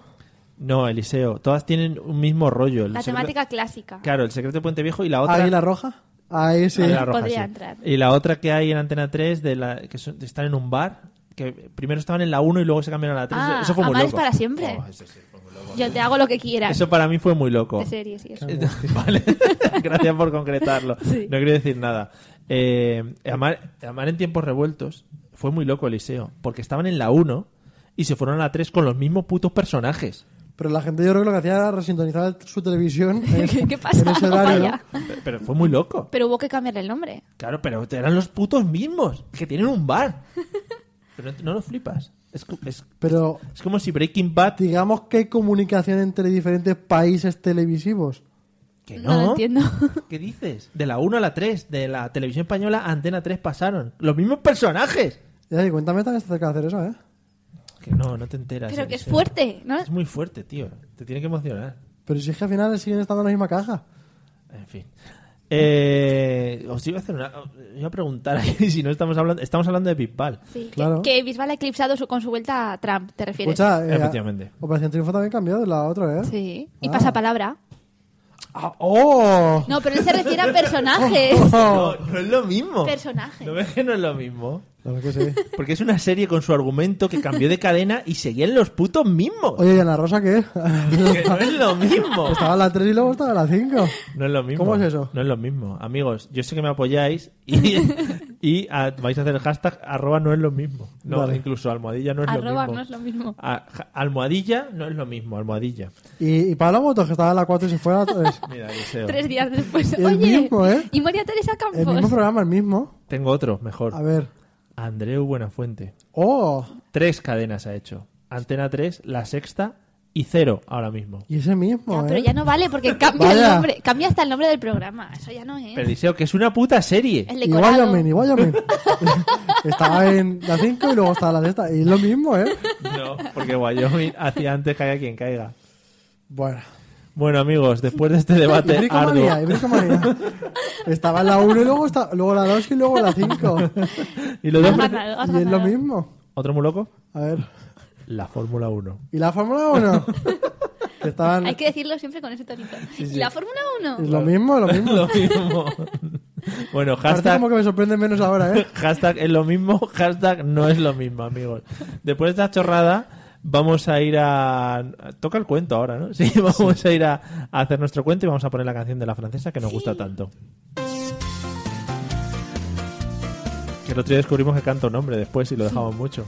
B: No, Eliseo, todas tienen un mismo rollo. El
D: La
B: secreto-
D: temática clásica.
B: Claro, el secreto de Puente Viejo y
C: Ah,
B: la otra...
C: Águila Roja. Ahí sí.
B: Águila Roja,
D: Podría
B: sí.
D: entrar.
B: Y la otra que hay en Antena 3, de la, que son- están en un bar, que primero estaban en la 1 y luego se cambiaron a la 3.
D: Ah,
B: eso fue muy
D: Amar es
B: loco.
D: para siempre.
B: Oh, eso, sí, fue muy loco.
D: Yo te hago lo que quieras.
B: Eso para mí fue muy loco.
D: De series y eso.
B: vale, gracias por concretarlo.
D: Sí.
B: No quiero decir nada. Eh, Amar, Amar en tiempos revueltos fue muy loco, Eliseo, porque estaban en la 1 y se fueron a la 3 con los mismos putos personajes.
C: Pero la gente yo creo que lo que hacía era resintonizar el- su televisión. en-
D: ¿Qué- qué pasa?
C: En ese horario.
D: Vaya.
B: Pero- Pero fue muy loco.
D: Pero hubo que cambiarle el nombre.
B: Claro, pero eran los putos mismos, que tienen un bar. Pero no, no lo flipas. Es, co- es-
C: Pero
B: es como si Breaking Bad...
C: digamos que hay comunicación entre diferentes países televisivos.
B: Que
D: No
B: no.
D: lo entiendo.
B: ¿Qué dices? De la 1 a la 3, de la televisión española a Antena 3 pasaron. Los mismos personajes.
C: Ya, y cuéntame también está cerca de hacer eso, ¿eh?
B: Que no, no te enteras.
D: Pero
B: en
D: que es
B: serio.
D: fuerte, ¿no?
B: Es muy fuerte, tío. Te tiene que emocionar.
C: Pero si es que al final siguen estando en la misma caja.
B: En fin. Eh, os iba a hacer una. Os iba a preguntar si no estamos hablando. Estamos hablando de Pitbull.
D: Sí, que-
C: Claro.
D: Que, Bisbal ha eclipsado su- con su vuelta a Trump, ¿te refieres?
C: Escucha, eh,
B: Efectivamente.
C: Operación Triunfo también cambió de la otra, ¿eh?
D: Sí. Y
C: Ah.
D: pasa palabra.
C: Ah, ¡Oh!
D: No, pero él se refiere a personajes.
B: No, no es lo mismo.
D: Personajes.
B: ¿No ves que no es lo mismo?
C: Claro que sí.
B: Porque es una serie con su argumento que cambió de cadena y seguían los putos mismos.
C: Oye, ¿y Ana Rosa qué?
B: Que no es lo mismo.
C: estaba a la 3 y luego estaba a la 5.
B: No es lo mismo.
C: ¿Cómo es eso?
B: No es lo mismo. Amigos, yo sé que me apoyáis y, y a- vais a hacer el hashtag arroba no es lo mismo. No,
C: Vale.
B: incluso almohadilla no es lo
D: Arroba
B: mismo.
D: no es lo mismo.
B: A- ja- almohadilla no es lo mismo, almohadilla.
C: Y, y Pablo Motos, que estaba a la 4 y se fue a la 3.
B: Mira, Eliseo.
D: Tres días después.
C: El
D: Oye,
C: mismo, ¿eh?
D: y María Teresa
C: El mismo
D: Campos.
C: programa, el mismo.
B: Tengo otro, mejor.
C: A ver,
B: Andreu Buenafuente.
C: ¡Oh!
B: Tres cadenas ha hecho. Antena 3, La Sexta y Cero ahora mismo.
C: Y ese mismo,
D: Ya, pero
C: ¿eh?
D: ya no vale porque cambia, el
C: Vaya.
D: nombre, cambia hasta el nombre del programa. Eso ya no es.
B: Pero Eliseo, que es una puta serie.
D: El
C: Igual
D: decorado.
C: Yamin, igual Yamin. estaba en la 5 y luego estaba la sexta. Y lo mismo, ¿eh?
B: No, porque Wyoming hacía antes caiga quien caiga.
C: Bueno.
B: Bueno, amigos, después de este
C: Y
B: debate
C: bricomanía, y
B: arduo
C: bricomanía. Estaba en la 1 y luego, está, luego la 2 y luego la 5.
B: y los dos
D: Has ganado, has
C: Y es lo
D: ganado.
C: mismo.
B: otro muy loco,
C: A ver.
B: la Fórmula 1.
C: ¿Y la Fórmula 1? que estaban...
D: Hay que decirlo siempre con ese tonito. ¿Y la Fórmula 1?
C: Es lo mismo, es lo mismo.
B: Lo mismo. Bueno,
C: Parece
B: hashtag
C: como que me sorprende menos ahora, ¿eh?
B: Hashtag es lo mismo, hashtag no es lo mismo, amigos. Después de esta chorrada, vamos a ir a. Toca el cuento ahora, ¿no? Sí, vamos a ir a, a hacer nuestro cuento y vamos a poner la canción de la francesa que nos gusta tanto. Que el otro día descubrimos que canta un hombre después y lo dejamos mucho.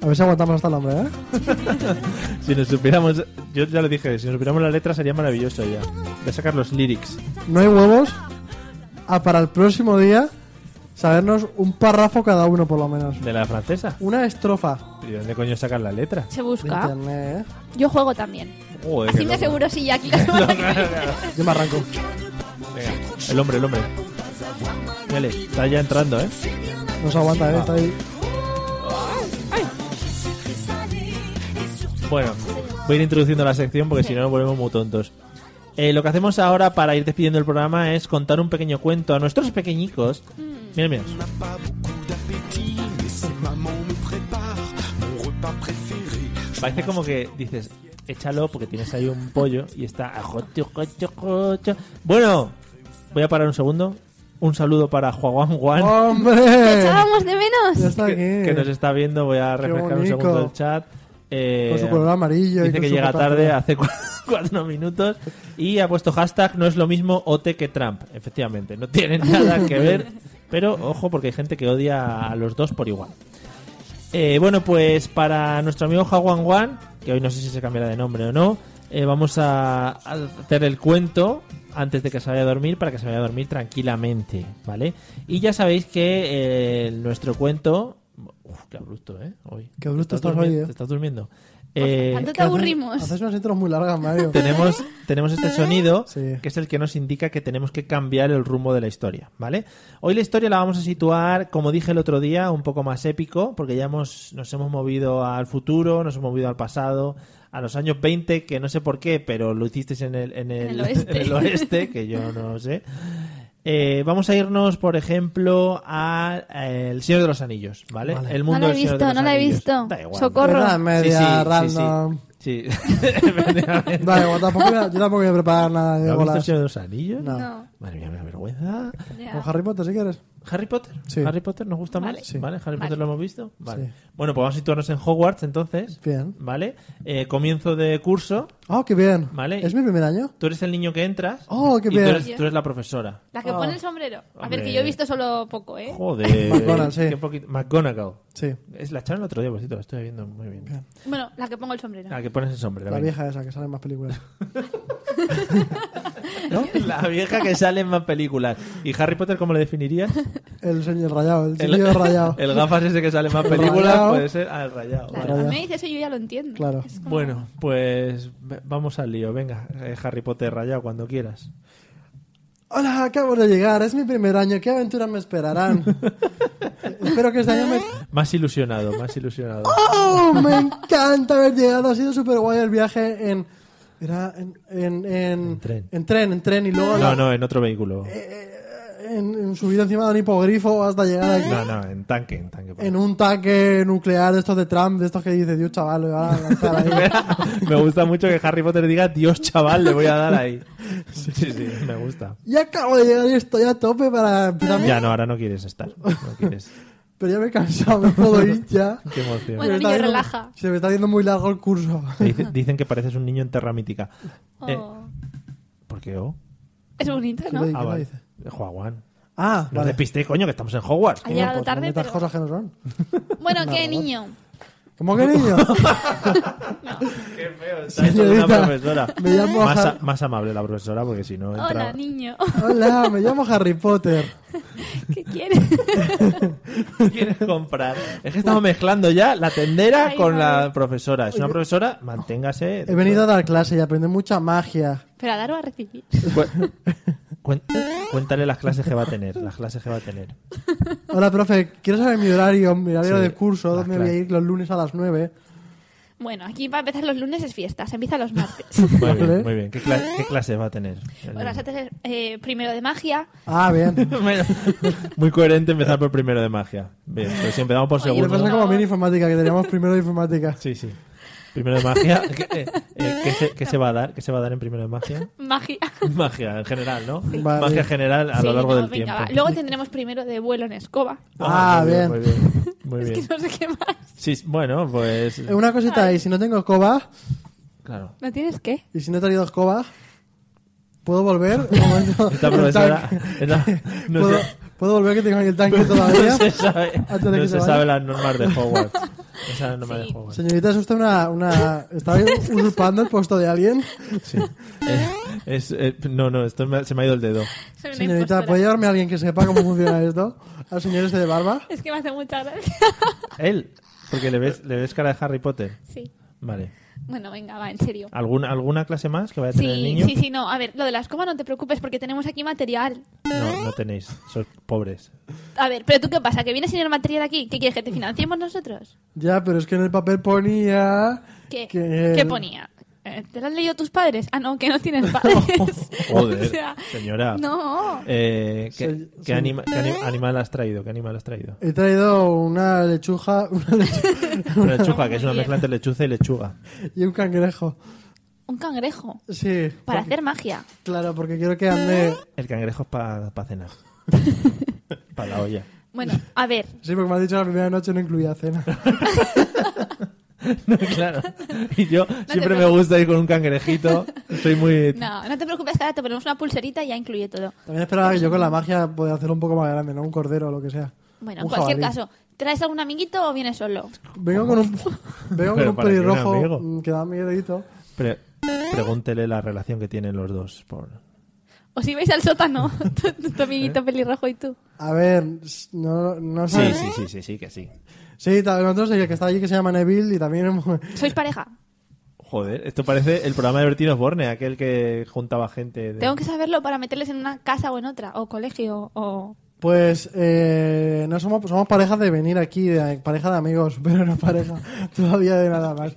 C: A ver si aguantamos hasta el hombre, ¿eh?
B: Si nos supiéramos. Yo ya lo dije, si nos supiéramos la letra sería maravilloso ya. Voy a sacar los lyrics.
C: No hay huevos. A para el próximo día sabernos un párrafo cada uno, por lo menos.
B: De la francesa.
C: Una estrofa
B: ¿Y dónde coño sacan la letra?
D: Se
C: de
D: busca.
C: internet,
D: Yo juego también.
B: Joder, qué
D: Así me
B: loco.
D: aseguro si ya aquí la semana que viene.
C: ¿eh? Yo me arranco.
B: Venga, el hombre, el hombre. Dale, está ya entrando, ¿eh?
C: No se aguanta, ¿eh? Está ahí.
B: Bueno, voy a ir introduciendo la sección porque si no nos volvemos muy tontos. Eh, lo que hacemos ahora para ir despidiendo el programa es contar un pequeño cuento a nuestros pequeñicos.
D: Mm.
B: Mira, mira. Parece como que dices, échalo porque tienes ahí un pollo y está... ajocho, ajocho, ajocho. Bueno, voy a parar un segundo. Un saludo para Juan Juan.
D: ¿Te
C: ¡Hombre!
D: echábamos de
C: Ya
D: menos?
C: está aquí.
B: que, que nos está viendo. Voy a refrescar un
C: bonito.
B: segundo el chat. Eh,
C: Con su color amarillo y
B: Dice
C: con
B: que
C: su
B: llega
C: patata.
B: tarde hace cu- cuatro minutos y ha puesto hashtag no es lo mismo OT que Trump. Efectivamente, no tiene nada que ver. Pero ojo, porque hay gente que odia a los dos por igual. Eh, bueno, pues para nuestro amigo Jaguan Wan, que hoy no sé si se cambiará de nombre o no, eh, vamos a, a hacer el cuento antes de que se vaya a dormir para que se vaya a dormir tranquilamente, ¿vale? Y ya sabéis que eh, nuestro cuento... Uf, qué abrupto, ¿eh? Hoy.
C: Qué abrupto
B: Te
C: estás hoy,
B: durmiendo-
C: eh.
B: Te estás durmiendo. Eh,
D: Tanto te
C: Haces-
D: aburrimos.
C: Haces unas intros muy largas, Mario.
B: tenemos, tenemos este sonido
C: Sí.
B: que es el que nos indica que tenemos que cambiar el rumbo de la historia, ¿vale? Hoy la historia la vamos a situar, como dije el otro día, un poco más épico, porque ya hemos, nos hemos movido al futuro, nos hemos movido al pasado, a los años 20, que no sé por qué, pero lo hicisteis en el, en el,
D: En el oeste.
B: en el oeste, que yo no sé. Eh, vamos a irnos, por ejemplo, a eh, El Señor de los Anillos, ¿vale?
C: Vale.
B: El
D: No
B: mundo
D: la he
B: del Señor
D: visto,
B: de los
D: no la he
B: Anillos.
D: visto.
B: Da igual.
D: Socorro.
C: Es la media random.
B: Sí, sí, sí. Efectivamente.
C: Vale, bueno, tampoco voy a- yo tampoco voy a preparar nada
B: ¿No has
C: de
B: visto El
C: bolas.
B: Señor de los Anillos?
C: No.
D: No.
B: Madre mía, me da vergüenza.
D: Ya.
C: Con Harry Potter, si quieres.
B: ¿Harry Potter?
C: Sí.
B: ¿Harry Potter nos gusta
D: Vale.
B: más?
C: Sí.
B: ¿Vale? ¿Harry Potter lo hemos visto? Vale.
C: Sí.
B: Bueno, pues vamos a situarnos en Hogwarts entonces.
C: Bien.
B: ¿Vale? Eh, comienzo de curso.
C: Oh, qué bien.
B: Vale.
C: ¿Es mi primer año?
B: Tú eres el niño que entras.
C: Oh, qué
B: y tú
C: bien.
B: eres, tú eres la profesora.
D: La que pone el sombrero. A ver,
B: Hombre.
D: que yo he visto solo poco, ¿eh?
B: Joder.
C: McGonagall, sí.
B: Qué poquito- McGonagall.
C: Sí.
B: Es la echaron el otro día, por cierto, la estoy viendo muy bien.
D: Bueno, la que pongo el sombrero.
B: La que pones el sombrero.
C: La
B: venga.
C: vieja esa, que sale en más películas.
B: La vieja que sale en más películas. ¿Y Harry Potter cómo le definirías?
C: El señor rayado, el señor rayado.
B: el gafas ese que sale en más películas
C: rayado.
B: puede ser al rayado.
D: Claro,
B: vale.
D: a mí me dice eso y yo ya lo entiendo.
C: Claro.
D: Es como-
B: Bueno, pues ve- vamos al lío. Venga, eh, Harry Potter rayado cuando quieras.
C: Hola, acabo de llegar, es mi primer año, ¿qué aventuras me esperarán? Espero que este año me...
B: Más ilusionado, más ilusionado.
C: ¡Oh! Me encanta haber llegado, ha sido súper guay el viaje en... Era en... En, en,
B: tren.
C: En tren, en tren, y luego
B: No, no, en otro vehículo.
C: En, en subir encima de un hipogrifo hasta llegar aquí.
B: No, no, en tanque, en tanque. por
C: En un tanque nuclear de estos de Trump, de estos que dice, Dios chaval, le van a lanzar ahí.
B: favor. Me gusta mucho que Harry Potter diga, Dios chaval, le voy a dar ahí. Sí, sí, me gusta.
C: Y acabo de llegar y estoy a tope para empezar. mi-
B: Ya no, ahora no quieres estar. No quieres.
C: Pero ya me he cansado, me puedo ir ya.
B: Qué emoción.
D: Bueno,
C: Se me está
D: niño,
C: haciendo-
D: relaja.
C: Se me está haciendo muy largo el curso.
B: Dice- dicen que pareces un niño en Terra Mítica. Eh,
D: Oh.
B: ¿Por qué? Oh?
D: Es bonito, ¿no?
C: ¿Qué le-
B: Ah,
C: lo
B: vale.
C: dice?
B: Juan.
C: Ah,
B: No
C: vale.
B: te pistéis, coño, que estamos en Hogwarts.
D: Ha llegado tarde,
C: Estas
D: pero...
C: cosas que no son.
D: Bueno, ¿qué, niño?
C: ¿Cómo que niño?
B: Qué feo,
C: está hecho de una Señorita,
B: profesora.
C: me llamo
B: más,
C: Ja-
B: más amable la profesora, porque si no entra...
D: Hola, niño.
C: Hola, me llamo Harry Potter.
D: ¿Qué quieres?
B: quieres comprar. Es que estamos mezclando ya la tendera
D: Ay,
B: con
D: madre.
B: la profesora. Es una profesora, manténgase.
C: He venido a dar clase y aprender mucha magia.
D: Pero a dar o a recibir.
B: Cuen- Cuéntale las clases que va a tener. Las clases que va a tener.
C: Hola, profe, quiero saber mi horario, mi horario
B: Sí, Ah,
C: de curso,
B: las
C: dónde voy a
B: clases.
C: ir los lunes a las 9.
D: Bueno, aquí para empezar los lunes es fiesta, se empieza los martes.
B: Muy
C: Vale.
B: bien, muy bien. ¿Qué, cla- qué clases va a tener?
D: Bueno, vas a tener eh, primero de magia.
C: Ah, bien. Me
B: Bueno, muy coherente empezar por primero de magia. Bien, pues si empezamos por
D: Oye,
B: segundo.
C: pasa como a mí en informática, que teníamos primero de informática.
B: Sí, sí. Primero de magia. ¿Qué, eh, eh, qué se, qué se va a dar? ¿Qué se va a dar en primero de magia?
D: Magia.
B: Magia en general, ¿no?
C: Vale.
B: Magia general a
D: Sí,
B: lo largo
D: no,
B: del
D: venga,
B: tiempo.
D: va. Luego tendremos primero de vuelo en escoba.
C: Ah,
B: muy
C: bien.
B: Muy bien. Muy
D: Es
B: bien.
D: que no sé qué más.
B: Sí, bueno, pues.
C: Eh, Una cosita, y si no tengo escoba,
B: Claro.
D: ¿No tienes qué?
C: y si no he traído escoba, ¿puedo volver? Un momento.
B: Esta
C: El
B: profesora.
C: tanque.
B: esta- no
C: ¿Puedo,
B: sé-
C: puedo volver que tengo ahí el tanque todavía?
B: no se sabe,
C: Antes de
B: no se
C: que se
B: sabe
C: vaya.
B: las normas de Hogwarts. No sabe las normas de Hogwarts.
C: Señorita, ¿es usted una... una ¿Está usurpando el puesto de alguien?
B: Sí. Eh, es, eh, no, no, esto me- se me ha ido el dedo.
D: Soy una
C: Señorita,
D: impostora.
C: ¿puede llevarme a alguien que sepa cómo funciona esto? ¿Al señor este de barba?
D: Es que me hace mucha gracia.
B: Él, porque le ves, le ves cara de Harry Potter.
D: Sí.
B: Vale.
D: Bueno, venga, va, en serio.
B: ¿Alguna, ¿Alguna clase más que vaya Ah, a tener el
D: Sí,
B: niño?
D: sí, sí, no. A ver, lo de la escoba no te preocupes porque tenemos aquí material.
B: No, no tenéis. Sois pobres.
D: A ver, pero tú qué pasa, que vienes sin el material aquí. ¿Qué quieres que te financiemos nosotros?
C: Ya, pero es que en el papel ponía...
D: ¿Qué,
C: que-
D: ¿qué ponía? Eh, ¿Te lo han leído tus padres? Ah, no, que no tienes padres.
B: Joder,
D: O sea,
B: señora.
D: No.
B: Eh, ¿Qué,
C: Soy-
B: qué
C: soy-
B: anima- qué ani- animal has traído? ¿Qué animal has traído?
C: He traído una lechuja una lechu-
B: Una lechuga, que
D: Muy
B: es una
D: bien.
B: mezcla entre lechuza y lechuga.
C: y un cangrejo.
D: Un cangrejo.
C: Sí.
D: Para
C: porque-
D: hacer magia.
C: Claro, porque quiero que ande...
B: El cangrejo es para cenar. para la olla.
D: Bueno, a ver.
C: Sí, porque me has dicho que la primera noche no incluía cena.
B: No, claro. Y yo siempre me
D: preocupes.
B: gusta ir con un cangrejito. Soy muy.
D: No, no te preocupes, que ahora te ponemos una pulserita y ya incluye todo.
C: También esperaba que yo con la magia podía hacerlo un poco más grande, ¿no? Un cordero o lo que sea.
D: Bueno,
C: Un
D: en cualquier
C: jabalí.
D: caso, ¿traes algún amiguito o vienes solo?
C: Vengo con un, vengo
B: Pero
C: con un
B: para que un
C: pelirrojo
B: amigo.
C: mm, que da miedito.
B: Pre- pregúntele la relación que tienen los dos. Por...
D: O si vais al sótano, tu, tu- tu amiguito pelirrojo y tú.
C: A ver, s- no, no
B: Sí,
C: sé.
B: sí, sí, sí, sí, que sí.
C: Sí, también nosotros el que está allí que se llama Neville y también hemos-
D: ¿Sois pareja?
B: Joder, esto parece el programa de Bertino Borne, aquel que juntaba gente. de-
D: Tengo que saberlo para meterles en una casa o en otra, o colegio, o...
C: Pues eh, no somos, somos pareja de venir aquí, de, pareja de amigos, pero no pareja todavía de nada más.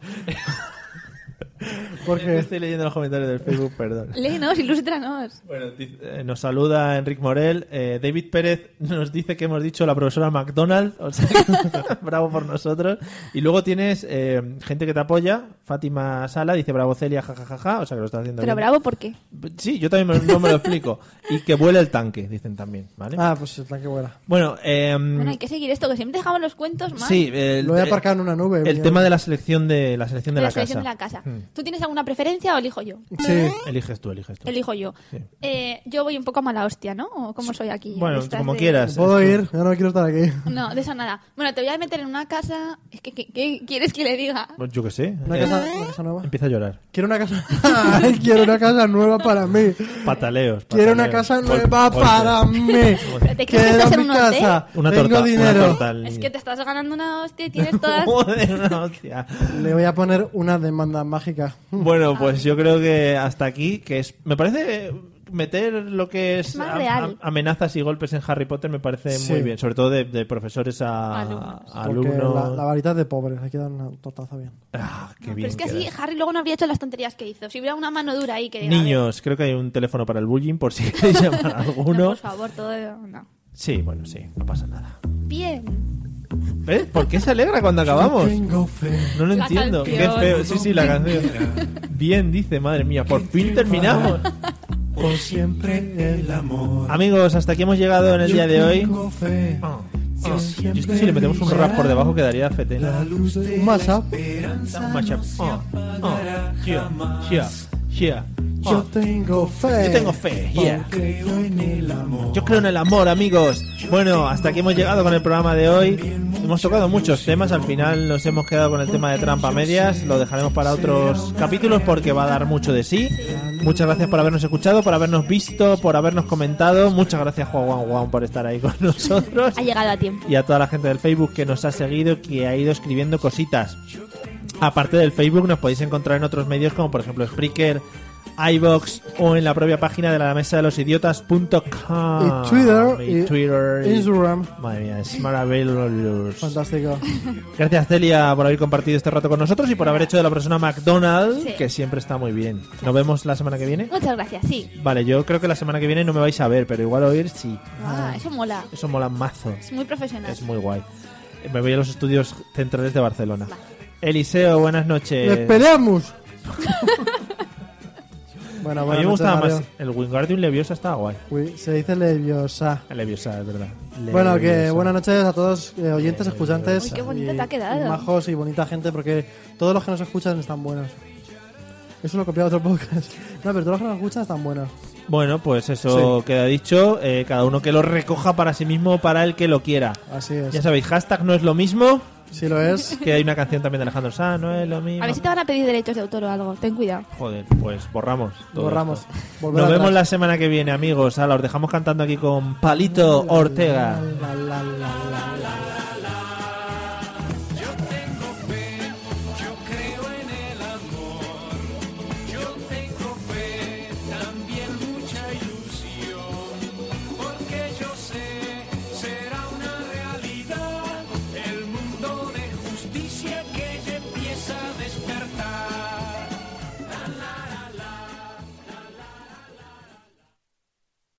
C: Porque
B: Estoy leyendo los comentarios del Facebook, perdón.
D: Léenos, ilústranos.
B: Bueno, dice- eh, nos saluda Enric Morel. eh, David Pérez nos dice que hemos dicho la profesora McDonald. o sea, bravo por nosotros. Y luego tienes eh, gente que te apoya. Fátima Sala dice bravo Celia, jajajaja. O sea que lo está haciendo bien.
D: Pero bravo, ¿por qué?
B: Sí, yo también me- no me lo explico. Y que vuela el tanque, dicen también, ¿vale?
C: ah, pues está que buena.
B: Bueno, em,
D: Bueno, hay que seguir esto, que siempre dejamos los cuentos más
B: sí, el,
C: Lo voy a aparcar en una nube.
B: el
C: mira.
B: tema de la selección de la selección
D: de
B: de,
D: la,
B: la,
D: selección
B: casa. Hmm.
D: de la casa. ¿Tú tienes alguna preferencia o elijo yo?
C: Sí.
B: Eliges tú, eliges tú.
D: Elijo yo.
B: Sí.
D: Eh, yo voy un poco a mala hostia, ¿no? ¿O cómo soy aquí?
B: Bueno,
D: Estas
B: como
D: de-
B: quieras.
C: Puedo
B: Esto-
C: ir, ya no quiero estar aquí.
D: No, de eso nada. Bueno, te voy a meter en una casa... Es que, ¿qué, qué quieres que le diga?
B: Yo qué sé.
C: Una
B: Eh,
C: casa, una casa nueva.
B: Empieza a llorar.
C: Quiero una casa. Ay, quiero una casa nueva para mí.
B: Pataleos.
C: Quiero
B: pataleos.
C: una casa
B: Golpe,
C: nueva
B: golpe.
C: para mí.
D: Pero te crees que
C: Quiero
D: estás en
C: mi
D: un hotel.
C: casa.
B: Una
C: Tengo
B: torta.
C: dinero.
B: Una torta al
D: Es
B: niño.
D: que te estás ganando una hostia y tienes todas...
B: Joder, una hostia.
C: Le voy a poner una demanda mágica.
B: Bueno, pues yo creo que hasta aquí, que es. Me parece. eh, Meter lo que es,
D: más real.
B: amenazas y golpes en Harry Potter me parece
C: Sí.
B: muy bien, sobre todo de, de profesores a
D: Alumnos.
B: a
C: Porque
B: alumnos.
C: la, la varita es de pobres. Hay que dar una tortaza bien.
B: Ah, qué
D: Pero
B: bien
D: es que
B: queda.
D: así Harry luego no habría hecho las tonterías que hizo. Si hubiera una mano dura ahí que diga, a ver,
B: Niños, creo que hay un teléfono para el bullying por si queréis llamar a
D: no,
B: alguno.
D: por favor, todo... No.
B: Sí, bueno, sí, no pasa nada.
D: Bien.
B: ¿Ves? ¿Por qué se alegra cuando acabamos? No lo
D: La
B: entiendo. Qué
D: canción.
B: feo. Sí, sí, la canción. Bien, dice, madre mía, por fin terminamos.
F: Por siempre el amor.
B: Amigos, hasta aquí hemos llegado en el día de hoy.
F: Tengo fe.
B: Ah,
F: que
B: Yo
F: siempre
B: esto si le metemos un rap por debajo quedaría fetén.
F: La luz de
C: Un mashup.
F: esperanza
B: Un mashup.
F: no se
B: Ah, ah,
F: apagará
B: yeah,
F: jamás.
B: yeah, yeah.
C: Yo tengo fe.
B: Yo tengo fe, yeah.
F: Creo en el amor.
B: Yo creo en el amor, amigos. Bueno, hasta aquí hemos llegado con el programa de hoy. Hemos tocado muchos temas, al final nos hemos quedado con el tema de trampa medias, lo dejaremos para otros capítulos porque va a dar mucho de sí. Muchas gracias por habernos escuchado, por habernos visto, por habernos comentado. Muchas gracias Juan Juan Juan por estar ahí con nosotros.
D: Ha llegado a tiempo.
B: Y a toda la gente del Facebook que nos ha seguido, que ha ido escribiendo cositas. Aparte del Facebook, nos podéis encontrar en otros medios como por ejemplo Spreaker, iBox o en la propia página de la mesa de los idiotas.com.
C: Y Twitter, y
B: Twitter y-
C: Instagram.
B: Madre mía, es maravilloso.
C: Fantástico.
B: Gracias Celia por haber compartido este rato con nosotros y por haber hecho de la persona McDonald's,
D: Sí.
B: que siempre está muy bien. Nos vemos la semana que viene.
D: Muchas gracias, sí.
B: Vale, yo creo que la semana que viene no me vais a ver, pero igual a oír sí.
D: Ah, eso mola.
B: Eso mola mazo.
D: Es muy profesional.
B: Es muy guay. Eh, Me voy a los estudios centrales de Barcelona. Eliseo, buenas noches.
C: ¡Les peleamos! bueno,
B: a mí
C: bueno.
B: me gustaba más. El Wingardium Leviosa estaba guay.
C: se dice leviosa.
B: Leviosa, es verdad.
C: Bueno, que
B: Leviosa.
C: buenas noches a todos eh, oyentes, escuchantes.
D: Uy, qué bonito
C: y-
D: te ha quedado.
C: y majos y bonita gente, porque todos los que nos escuchan están buenos. Eso lo copié a otro podcast. No, pero todos los que nos escuchan están buenos.
B: Bueno, pues eso queda dicho. Eh, cada uno que lo recoja para sí mismo o para el que lo quiera.
C: Así es.
B: Ya sabéis, hashtag no es lo mismo.
C: Si lo es.
B: Que hay una canción también de Alejandro Sanz, no es lo mismo.
D: A ver si te van a pedir derechos de autor o algo. Ten cuidado.
B: Joder, pues borramos. todo
C: Borramos.
B: esto.
C: Volver
B: Nos
C: atrás.
B: vemos la semana que viene, amigos. Ahora os dejamos cantando aquí con Palito Ortega.
C: La, la, la.